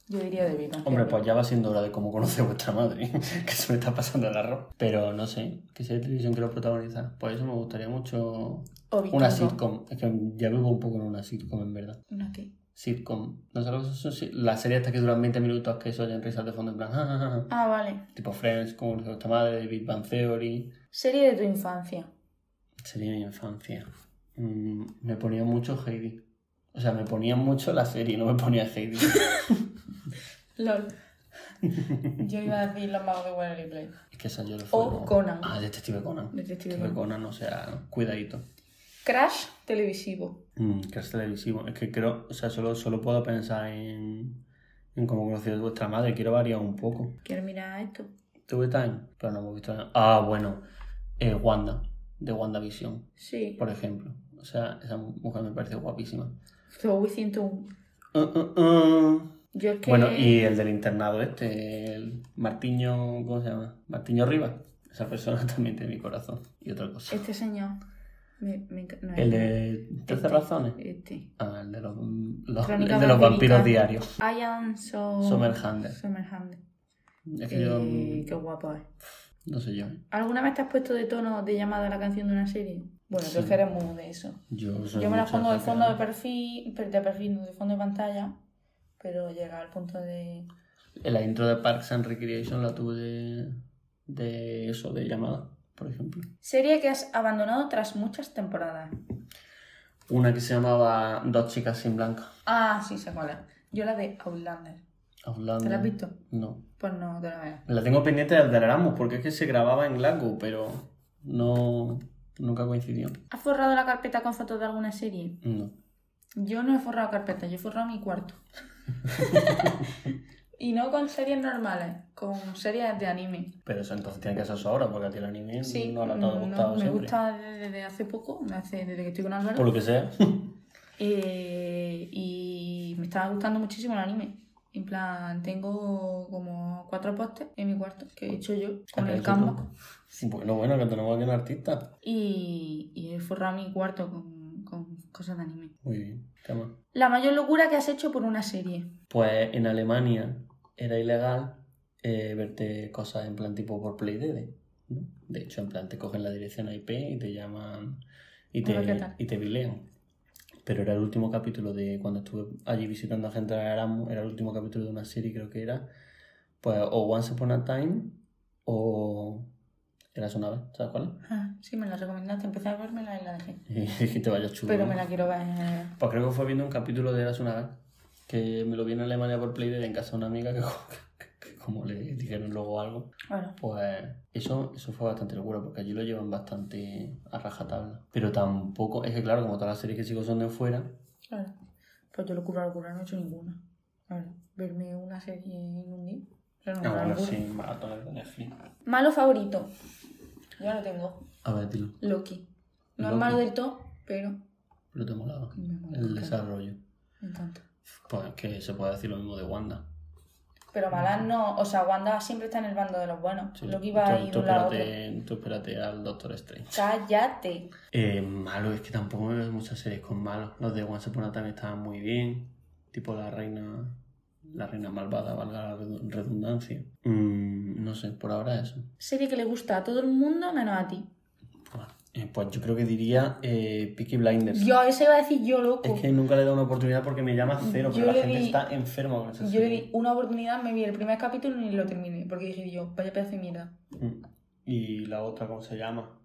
Yo diría de Big Bang
Hombre,
Theory.
pues ya va siendo hora de cómo conoce vuestra madre, que se me está pasando el arroz. Pero no sé, que sea de televisión que lo protagoniza. Por eso me gustaría mucho
O Big
una
Bang Theory.
sitcom. Es que ya vivo un poco en una sitcom, en verdad.
¿Una qué?
Sitcom. No sé lo que son si- las series estas que duran 20 minutos que se oyen risas de fondo en plan, "Ja, ja, ja, ja".
Ah, vale.
tipo Friends, como conoce vuestra madre, de Big Bang Theory.
Serie de tu infancia.
Sería mi infancia. Mm, me ponía mucho Heidi. O sea, me ponía mucho la serie, no me ponía Heidi.
LOL. Yo iba a decir los magos de Waverly Place.
es que esa yo lo fui.
O
¿no?
Conan.
Ah, Detective Conan.
Detective
Detective
Conan.
Conan, o sea, cuidadito.
Crash televisivo.
Mm, que es televisivo. Es que creo, o sea, solo, solo puedo pensar en, en cómo conocí a vuestra madre. Quiero variar un poco.
Quiero mirar esto.
Tuve time, pero no hemos visto nada. Ah, bueno. eh, Wanda, de WandaVision,
Sí.
por ejemplo. O sea, esa mujer me parece guapísima.
Zoe 101.
Uh, uh, uh.
Yo es que...
Bueno, y el del internado este, el Martiño, ¿cómo se llama? Martiño Rivas. Esa persona también tiene mi corazón. Y otra cosa.
Este señor... Me, me enc- no,
El
este.
de 13
Este.
razones.
Este.
Ah, el de los, los-
Crónica
el de los
vampírica.
vampiros diarios.
I am so...
Summerhander.
Summerhander.
Es que yo
Eh, Qué guapo es.
no sé yo. ¿eh?
¿Alguna vez te has puesto de tono de llamada a la canción de una serie? Bueno, tú es
Sí.
que eres muy de eso.
Yo, soy
Yo me las
mucho
pongo de fondo de
sacar.
perfil, per- de perfil, no, de fondo de pantalla, pero llega al punto de...
La intro de Parks and Recreation la tuve de, de eso, de llamada, por ejemplo.
Serie que has abandonado tras muchas temporadas.
Una que se llamaba Dos chicas sin blanca.
Ah, sí, sé cuál es. Yo la de Outlander.
Outlander.
¿Te la has visto?
No.
Pues no, te la veo.
La tengo pendiente del de Erasmus porque es que se grababa en Glasgow, pero no nunca coincidió.
¿Has forrado la carpeta con fotos de alguna serie?
No.
Yo no he forrado carpeta, yo he forrado mi cuarto. y no con series normales, con series de anime.
Pero eso entonces tiene que ser eso ahora, porque a ti el anime
Sí,
no le ha todo
no,
gustado
me
siempre.
gusta desde hace poco, hace- desde que estoy con Álvaro.
Por lo que sea.
Eh, y me estaba gustando muchísimo el anime. En plan, tengo como cuatro postes en mi cuarto que he hecho yo con el Canva.
Sí, Bueno, bueno, que tenemos aquí un artista.
Y, y he forrado mi cuarto con, con cosas de anime.
Muy bien. ¿Qué más?
La mayor locura que has hecho por una serie.
Pues en Alemania era ilegal eh, verte cosas en plan tipo por PlayDD. ¿no? De hecho, en plan te cogen la dirección IP y te llaman y te,
Hola, ¿qué tal?
y te vilean. Pero era el último capítulo de cuando estuve allí visitando a gente de Erasmus, era el último capítulo de una serie, creo que era. Pues o Once Upon a Time o. Eras una vez, ¿sabes cuál?
Ah, sí, me la recomendaste. Empecé a vermela y la dejé.
es? Y que te vayas chulo.
Pero
¿no?
me la quiero ver.
Pues creo que fue viendo un capítulo de Eras una vez, que me lo vi en Alemania por Playdead en casa de una amiga que, co- que- que como le dijeron luego algo,
Bueno,
pues eso, eso fue bastante locura, porque allí lo llevan bastante a rajatabla. Pero tampoco, es que claro, como todas las series que sigo son de fuera,
claro. Pues yo locura, locura, no he hecho ninguna. Claro, verme una serie en un día. Eso no es
ah,
una
bueno,
locura.
sí, maratones de Netflix.
Malo favorito. Yo lo tengo.
A ver, dilo,
Loki. No es
Loki.
malo del todo, pero
pero te molaba
me mola
el
bastante.
desarrollo.
Me encanta.
Pues es que se puede decir lo mismo de Wanda.
Pero malas no, o sea, Wanda siempre está en el bando de los buenos.
Sí,
Loki va a
tú,
ir
tú
de un lado a otro.
espérate, tú espérate al Doctor Strange.
Cállate.
Eh, malo, es que tampoco me veo muchas series con malos. Los de Once Upon a Time estaban muy bien. Tipo la reina. La reina malvada, valga la redu- redundancia. Mm, no sé, por ahora eso.
Serie que le gusta a todo el mundo menos a ti.
Bueno, Eh, pues yo creo que diría eh, Peaky Blinders.
Yo, eso iba a decir yo, loco.
Es que nunca le he dado una oportunidad porque me llama cero,
Yo
pero la
le
gente
vi-
está enferma con esa
Yo le
serie.
di una oportunidad, me vi el primer capítulo y ni lo terminé. Porque dije yo, vaya pedazo de mierda.
Mm. Y la otra, ¿cómo se llama?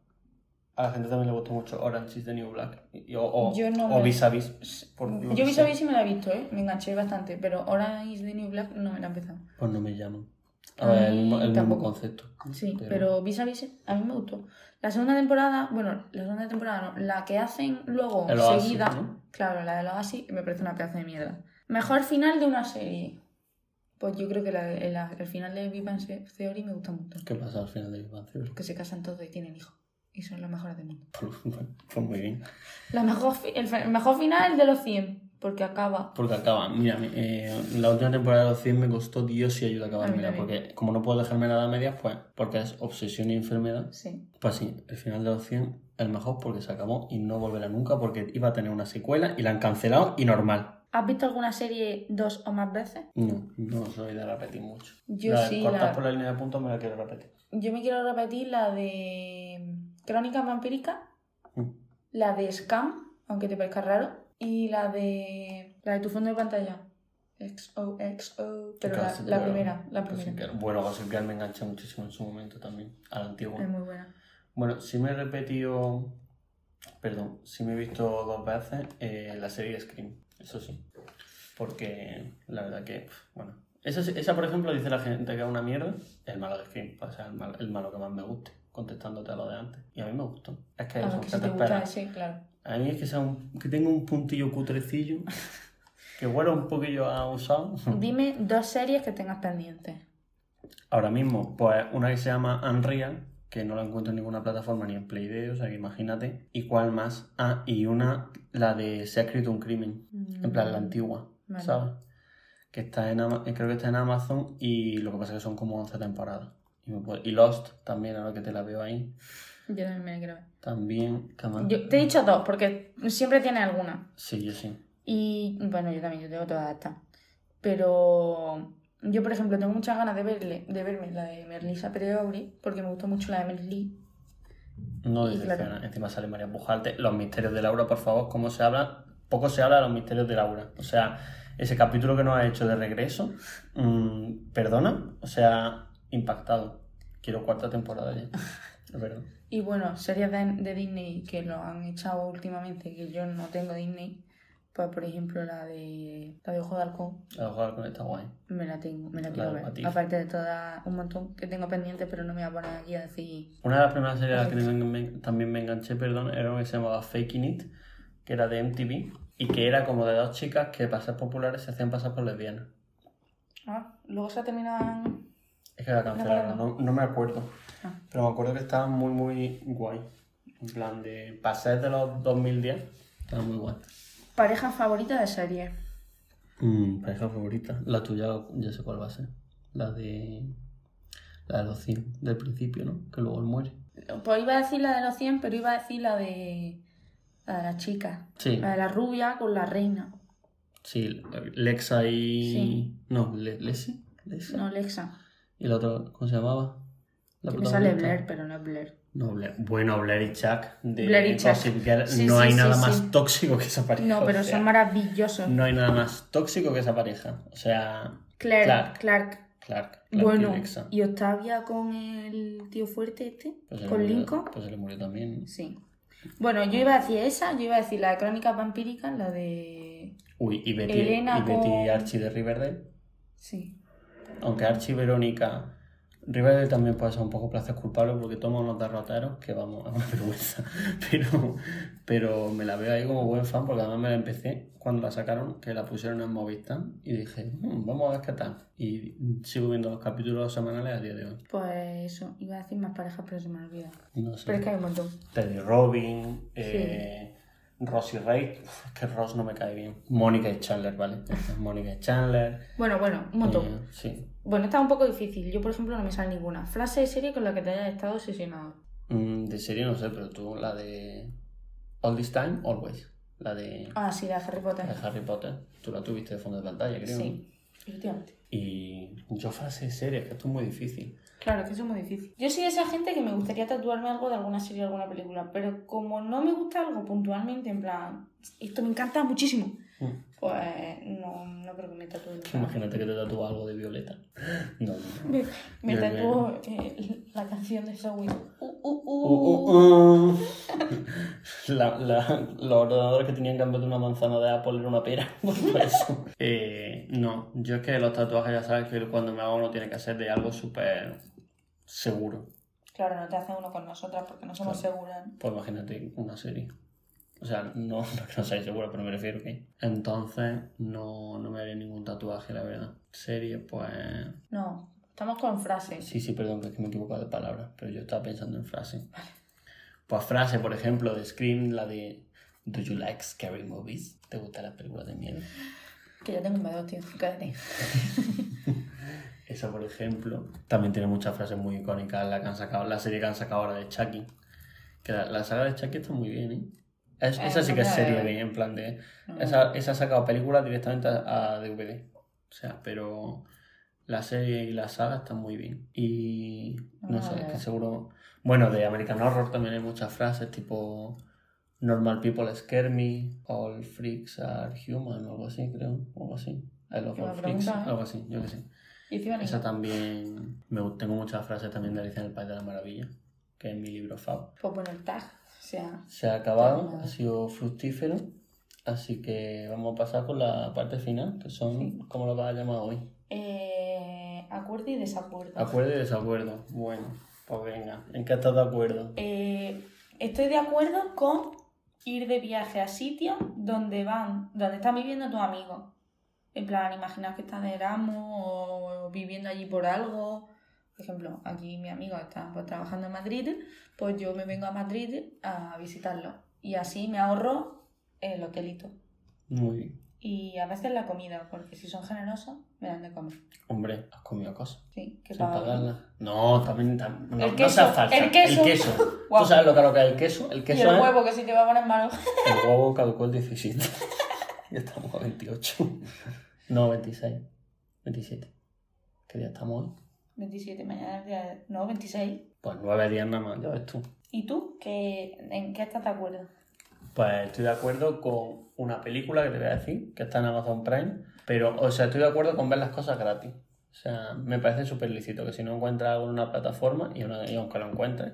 A la gente también le gustó mucho Orange is the New Black. Y- o, o,
Yo no
o
me-
Vis a Vis. por lo que
Yo vi
sea.
esa sí me la he visto, ¿eh? Me enganché bastante. Pero ahora is the New Black no me la he empezado.
Pues no me llaman.
A
A ver, el,
mí
mismo- el mismo
tampoco.
concepto.
Sí, pero, Vis a Vis a mí me gustó. La segunda temporada, bueno, la segunda temporada no, la que hacen luego
El Oasis,
seguida,
¿no?
claro, la de los Oasis, me parece una pedazo de mierda. Mejor final de una serie. Pues yo creo que la, de- la- el final de Big Bang Theory me gusta mucho.
¿Qué pasa al final de Big Bang Theory?
Que se casan todos y tienen hijos. Y son los mejores del mundo.
Pues, bueno, pues muy bien.
La mejor, fi- el, fe- el mejor final de los 100, porque acaba.
Porque acaba, mira, mi- eh, la última temporada de los 100 me costó Dios y ayuda a acabármela.
A mí también.
Porque como no puedo dejarme nada a medias, pues porque es obsesión y enfermedad.
Sí.
Pues sí, el final de los 100 el mejor porque se acabó y no volverá nunca porque iba a tener una secuela y la han cancelado y normal.
¿Has visto alguna serie dos o más veces?
No, no soy de repetir mucho.
Yo
La de
sí,
cortar
la-
por la línea de puntos me la quiero repetir.
Yo me quiero repetir la de Crónica Vampírica,
Mm.
la de Scam, aunque te parezca raro, y la de la de tu fondo de pantalla. XOXO, pero la,
Casi,
la
pero-
primera, la
Gossip
primera.
Girl. Bueno, Gossip Girl me engancha muchísimo en su momento también, a la antigua.
Es muy buena.
Bueno, sí me he repetido, perdón, sí me he visto dos veces eh, la serie de Scream, eso sí. Porque la verdad que, pf, bueno, esa, sí- esa, por ejemplo dice la gente que es una mierda, el malo de Scream, pues, o sea, el malo, el malo que más me guste, contestándote a lo de antes. Y a mí me gustó. Es que
A
eso,
ver,
que
que si
te
te gusta
espera.
ese, claro.
A mí es que, sea un- que tengo un puntillo cutrecillo, que huele un poquillo a usado.
Dime dos series que tengas pendientes.
Ahora mismo, pues una que se llama Unreal, que no la encuentro en ninguna plataforma ni en Play Day, o sea que imagínate. ¿Y cuál más? Ah, y una, la de Se ha escrito un crimen, en plan la antigua,
Mm. Vale.
¿sabes? Que está en Ama- eh, creo que está en Amazon y lo que pasa es que son como 11 temporadas. Y, me puedo- y Lost también, ahora que te la veo ahí.
Yo también me la quiero ver.
También, ¿qué más?
Yo- te he dicho dos, porque siempre tiene alguna.
Sí, yo sí.
Y bueno, yo también, yo tengo todas estas. Pero yo, por ejemplo, tengo muchas ganas de verle, de verme la de Merlisa Preobri, porque me gustó mucho la de Merlí.
No
Y
decepciona.
claro.
Encima sale María Pujarte. Los misterios de Laura, por favor, ¿cómo se habla? Poco se habla de los misterios de Laura. O sea, ese capítulo que nos ha hecho de regreso, mm, perdona, o sea, impactado. Quiero cuarta temporada ya. Es verdad.
Y bueno, series de, de Disney que lo han echado últimamente, que yo no tengo Disney, pues por ejemplo la de la de Ojo de Halcón,
La de jugar con esta guay.
me la tengo, me la
La
quiero
de
ver.
Matiz.
Aparte de todas, un montón que tengo pendientes, pero no me voy a poner aquí a decir
Una de las primeras series a las que me- me- también me enganché, perdón, era una que se llamaba Faking It, que era de MTV, y que era como de dos chicas que para ser populares se hacían pasar por lesbianas.
ah, luego se terminan
Es que la cancelaron, no, no me acuerdo.
Ah.
Pero me acuerdo que estaba muy, muy guay. En plan de pasar de los 2010. Estaba muy guay.
pareja favorita de serie.
pareja favorita. La tuya, ya sé cuál va a ser. La de. La de los 100, del principio, ¿no? Que luego él muere.
Pues iba a decir la de los 100, pero iba a decir la de. La de la chica.
Sí,
La de la rubia con la reina.
sí. Lexa y.
Sí.
No, Le Lesi. Lesa.
No, Lexa.
¿Y la otra, cómo se llamaba? La
Que me sale
protagonista.
Blair, pero no es Blair.
No, Blair. Bueno, Blair y Chuck de
Blair y Chuck.
Gossip Girl.
Sí,
no
sí,
hay
sí,
nada
sí.
más tóxico que esa pareja.
No,
o
pero
sea.
son maravillosos.
No hay nada más tóxico que esa pareja. O sea,
Claire,
Clark.
Clark.
Clark, Clark
bueno,
y Alexa.
y Octavia con el tío fuerte este,
Pues se le
con
murió-
Lincoln.
Pues se le murió también.
Sí. Bueno, yo iba a decir esa, yo iba a decir la de Crónicas Vampíricas, la de.
Uy, y Betty,
Elena
y, Betty
con-
y Archie de Riverdale.
Sí.
Aunque Archie y Verónica. Riverdale también puede ser un poco placer culpable porque toma unos derroteros que vamos, es una vergüenza. Pero, pero me la veo ahí como buen fan porque además me la empecé cuando la sacaron, que la pusieron en Movistar y dije, "Mm, vamos a ver qué tal. Y sigo viendo los capítulos semanales a día de hoy.
Pues eso, iba a decir más parejas, pero se me olvida.
No sé.
Pero es que hay un montón.
Teddy Robin, eh, Ross y Ray, Uf, es que Ross no me cae bien. Mónica y Chandler, ¿vale? Mónica y Chandler.
Bueno, bueno, un montón.
eh, sí.
Bueno, está un poco difícil. Yo, por ejemplo, no me sale ninguna. Frase de serie con la que te hayas estado obsesionado.
Mm, de serie no sé, pero tú, la de All This Time, Always. La de,
Ah, sí, la de Harry Potter.
de Harry Potter. Tú la tuviste de fondo de pantalla, creo.
Sí. Efectivamente.
Y yo frases serias, que esto es muy difícil.
Claro, es que eso es muy difícil. Yo soy de esa gente que me gustaría tatuarme algo de alguna serie o alguna película, pero como no me gusta algo puntualmente, en plan, esto me encanta muchísimo,
Mm.
pues no, no creo que me tatúe nunca.
Imagínate que te tatúas algo de violeta. No, no.
Me, me
Dios
tatuó eh, la canción de Subway. Uh, uh,
Uh,
uh.
uh, uh. La- la- los ordenadores que tenían que en vez de una manzana de Apple era una pera, por eso. Eh, no, yo es que los tatuajes ya sabes que cuando me hago uno tiene que ser de algo súper seguro.
Claro, no te hace uno con nosotras porque no somos seguras.
Pues imagínate una serie. O sea, no, no es que no sea seguro, pero me refiero que... Entonces, no, no me haré ningún tatuaje, la verdad. Serie, pues...
No, estamos con frases.
Sí, sí, perdón, que es que me he equivocado de palabra, pero yo estaba pensando en frase. Pues frase, por ejemplo, de Scream, la de Do you like scary movies? ¿Te gustan las películas de miedo?
Que ya tengo miedo, tío. Cállate.
Esa, por ejemplo. También tiene muchas frases muy icónicas, la, que han sacado, la serie que han sacado ahora de Chucky. Que la, la saga de Chucky está muy bien, ¿eh? Es-
Eh,
esa sí que es
no,
serie
eh,
bien, en plan de...
No.
Esa, esa ha sacado películas directamente a, a DVD. O sea, pero la serie y la saga están muy bien. Y no
Ah,
sé, es
vale.
que seguro. Bueno, de American Horror también hay muchas frases tipo Normal people scare me, all freaks are human, o algo así, creo, o algo así. I love
Qué buena
all freaks,
pregunta, ¿eh?
algo así, yo qué sé.
Y encima ni-
Esa también. Me, gu- tengo muchas frases también de Alicia en el País de la Maravilla, que es mi libro fab.
Pues bueno, el tag. O sea,
Se ha acabado,
Terminado.
ha sido fructífero, así que vamos a pasar con la parte final, que son, ¿cómo lo vas a llamar hoy?
eh, acuerdo y desacuerdo.
Acuerdo y desacuerdo. Bueno, pues venga, ¿en qué estás de acuerdo?
Eh, estoy de acuerdo con ir de viaje a sitios donde van, donde están viviendo tus amigos. En plan, imaginaos que están de Erasmus o viviendo allí por algo. Por ejemplo, aquí mi amigo está pues, trabajando en Madrid, pues yo me vengo a Madrid a visitarlo. Y así me ahorro el hotelito.
Muy bien.
Y a veces la comida, porque si son generosos, me dan de comer.
Hombre, has comido cosas.
Sí, que
Sin
pago.
pagarla. No, también, tam- no,
El
no
queso,
seas falsa.
el queso. Guau.
¿Tú sabes lo caro que es el queso? El
Y
queso
el
es-
huevo que si llevaban en mano.
El huevo caducó el 17. ya estamos a 28. No, 26. 27. ¿Qué día estamos hoy?
27, mañana es el día de- No, 26.
Pues nueve días nada más, ya ves tú.
¿Y tú? ¿Qué, ¿En qué estás de acuerdo?
Pues estoy de acuerdo con una película que te voy a decir, que está en Amazon Prime, pero, o sea, estoy de acuerdo con ver las cosas gratis. O sea, me parece súper lícito que si no encuentras algo en una plataforma, y, una- y aunque lo encuentres,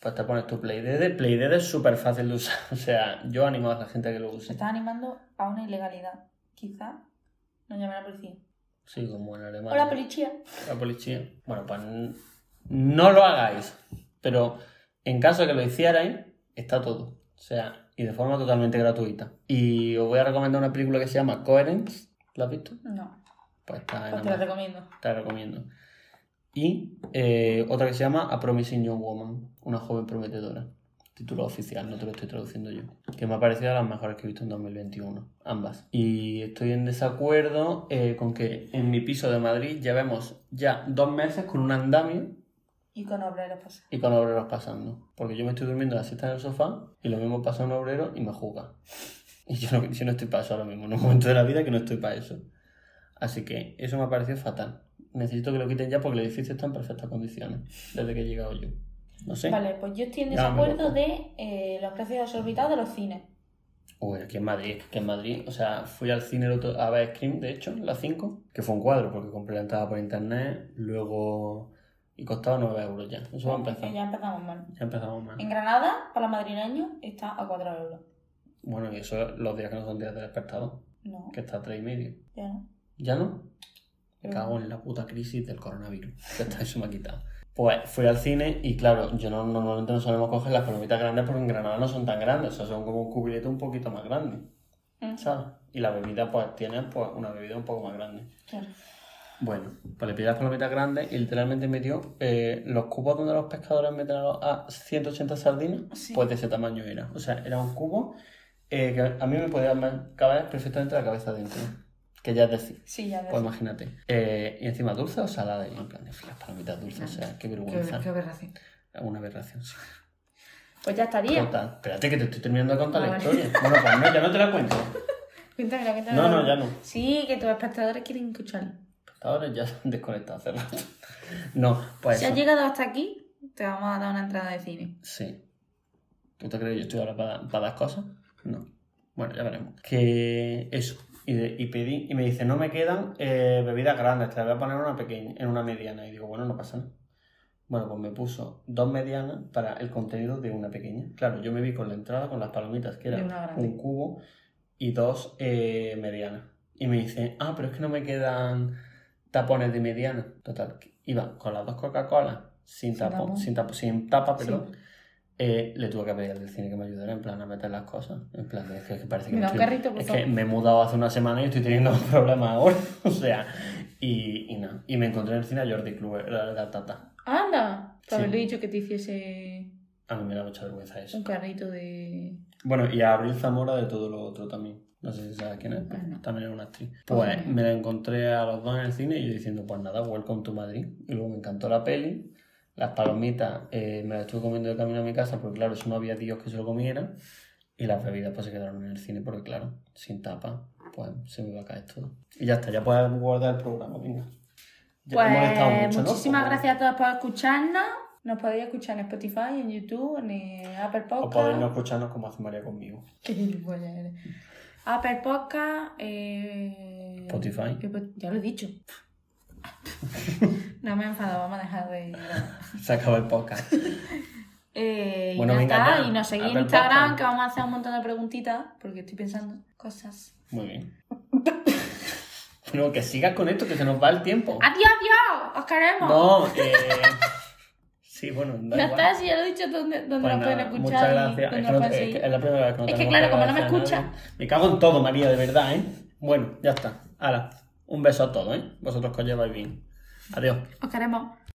pues te pones tu Play DD. Play DD es súper fácil de usar. O sea, yo animo a la gente a que lo
Se
use.
estás animando a una ilegalidad. Quizá nos llame la policía.
Sí, como en alemán.
Hola, policía.
la policía. Bueno, pues n- no lo hagáis. Pero en caso de que lo hicierais, está todo. O sea, y de forma totalmente gratuita. Y os voy a recomendar una película que se llama Coherence. ¿La has visto?
No,
Pues está en
pues te lo
Amazon.
recomiendo.
Te la recomiendo. Y eh, otra que se llama A Promising Young Woman, una joven prometedora. Título oficial, no te lo estoy traduciendo yo. Que me ha parecido de las mejores que he visto en 2021, ambas. Y estoy en desacuerdo eh, con que en mi piso de Madrid llevemos ya dos meses con un andamio
Y con obreros pues. pasa.
y con obreros pasando. Porque yo me estoy durmiendo la siesta en el sofá y lo mismo pasa un obrero y me juzga. Y yo no, yo no estoy para eso ahora mismo, en un momento de la vida que no estoy para eso. Así que eso me ha parecido fatal. Necesito que lo quiten ya porque el edificio está en perfectas condiciones desde que he llegado yo. No sé.
Vale, pues yo estoy en
Ya, me
desacuerdo
loco.
de eh, los precios desorbitados de los cines.
Uy, aquí en Madrid, que en Madrid, o sea, fui al cine el otro- a ver Scream, de hecho, la 5, que fue un cuadro porque compré la entrada por internet, luego. y costaba 9 euros ya. Eso va a empezar.
Que ya empezamos mal.
Ya empezamos mal.
En Granada, para los madrileños, está a 4 euros.
Bueno, y eso los días que no son días de despertado,
No,
que está a 3 y medio.
ya no.
¿Ya no? Me cago en la puta crisis del coronavirus. Ya está, eso me ha quitado. Pues fui al cine y claro, yo no, normalmente no solemos coger las palomitas grandes porque en Granada no son tan grandes, o sea, son como un cubilete un poquito más grande,
Mm,
¿sabes? Y la bebida pues tiene pues, una bebida un poco más grande.
claro.
Bueno, pues le pillé las palomitas grandes y literalmente metió eh, los cubos donde los pescadores meten a, los- a 180 sardinas,
Sí.
pues de ese tamaño era. O sea, era un cubo eh, que a mí me podía ma- caber perfectamente la cabeza dentro, que ya es decir.
Sí, ya ves.
Pues imagínate. Eh, y encima dulce o salada. Y yo en plan, de las palomitas dulces, o sea, qué vergüenza.
aberración.
Una aberración, sí.
Pues ya estaría.
Total. Espérate que te estoy terminando de contar
Ah,
la
vale.
historia. Bueno, pues no, ya no te la cuento.
Cuéntamela, cuéntamela.
No, no, ya no.
Sí, que tus espectadores quieren escucharlo.
Ahora ya se han desconectado hace rato. No, pues.
si has
eso.
llegado hasta aquí, te vamos a dar una entrada de cine.
Sí. ¿Tú te crees que yo estoy ahora para, para dar cosas? No. Bueno, ya veremos. Que eso. Y, de- y pedí, y me dice, no me quedan eh, bebidas grandes, te las voy a poner en una pequeña, en una mediana. Y digo, bueno, no pasa nada. Bueno, pues me puso dos medianas para el contenido de una pequeña. Claro, yo me vi con la entrada, con las palomitas, que
De
era
una grande.
un cubo, y dos eh, medianas. Y me dice, ah, pero es que no me quedan tapones de mediana. Total, que iba con las dos Coca-Cola, sin,
Sin
tapón,
tapón.
sin tapo- sin tapa,
Sí.
perdón. Eh, le tuve que pedir al del cine que me ayudara en plan a meter las cosas. En plan, es que, es que parece que,
Me da un
estoy-
carrito, por
es
favor.
que me he mudado hace una semana y estoy teniendo problemas ahora. o sea, y, y nada. Y me encontré en el cine a Jordi Cluber, la, la tata.
¡Anda! Te
Sí.
haberle dicho que te hiciese
A mí me da mucha vergüenza eso.
un carrito de.
Bueno, y a Abril Zamora de todo lo otro también. No sé si sabes quién es, pero
Ah, no.
también es una actriz.
Pues
Pues
bien.
me la encontré a los dos en el cine y yo diciendo, pues nada, welcome to Madrid. Y luego me encantó la peli. Las palomitas eh, me las estuve comiendo de camino a mi casa porque, claro, eso no había Dios que se lo comiera. Y las bebidas pues se quedaron en el cine porque, claro, sin tapa, pues se me va a caer todo. Y ya está, ya puedes guardar el programa, venga. Ya te he molestado
Pues
mucho, ¿no?
muchísimas
Pues,
gracias a todos por escucharnos. Nos podéis escuchar en Spotify, en YouTube, en eh, Apple
O podéis no
Podcast.
escucharnos como hace María conmigo.
Qué gilipollas eres. Apple Podcast. eh,
Spotify.
que po- Ya lo he dicho. no me he enfadado, vamos a dejar de. grabar.
Se acaba el podcast.
Eh, y
Bueno,
ya
venga,
está.
ya.
Y nos seguís en
Apple
Instagram,
Podcast.
que vamos a hacer un montón de preguntitas, porque estoy pensando cosas.
Muy bien. Pero que sigas con esto, que se nos va el tiempo.
¡Adiós, adiós! ¡Os queremos!
No, eh... Sí, bueno, da
ya
igual.
está, si ya lo he dicho, donde, donde
Pues
nos pueden
nada,
escuchar.
Muchas
y
gracias.
dónde
Es, que
nos
no-
pueden
es
seguir.
que es la primera vez que no
Es que
tenemos
claro, como no me
agradecer a nadie. Me cago en todo, María, de verdad, ¿eh? Bueno, ya está. Ahora, un beso a todos, ¿eh? Vosotros que os lleváis bien. Adiós.
Os queremos.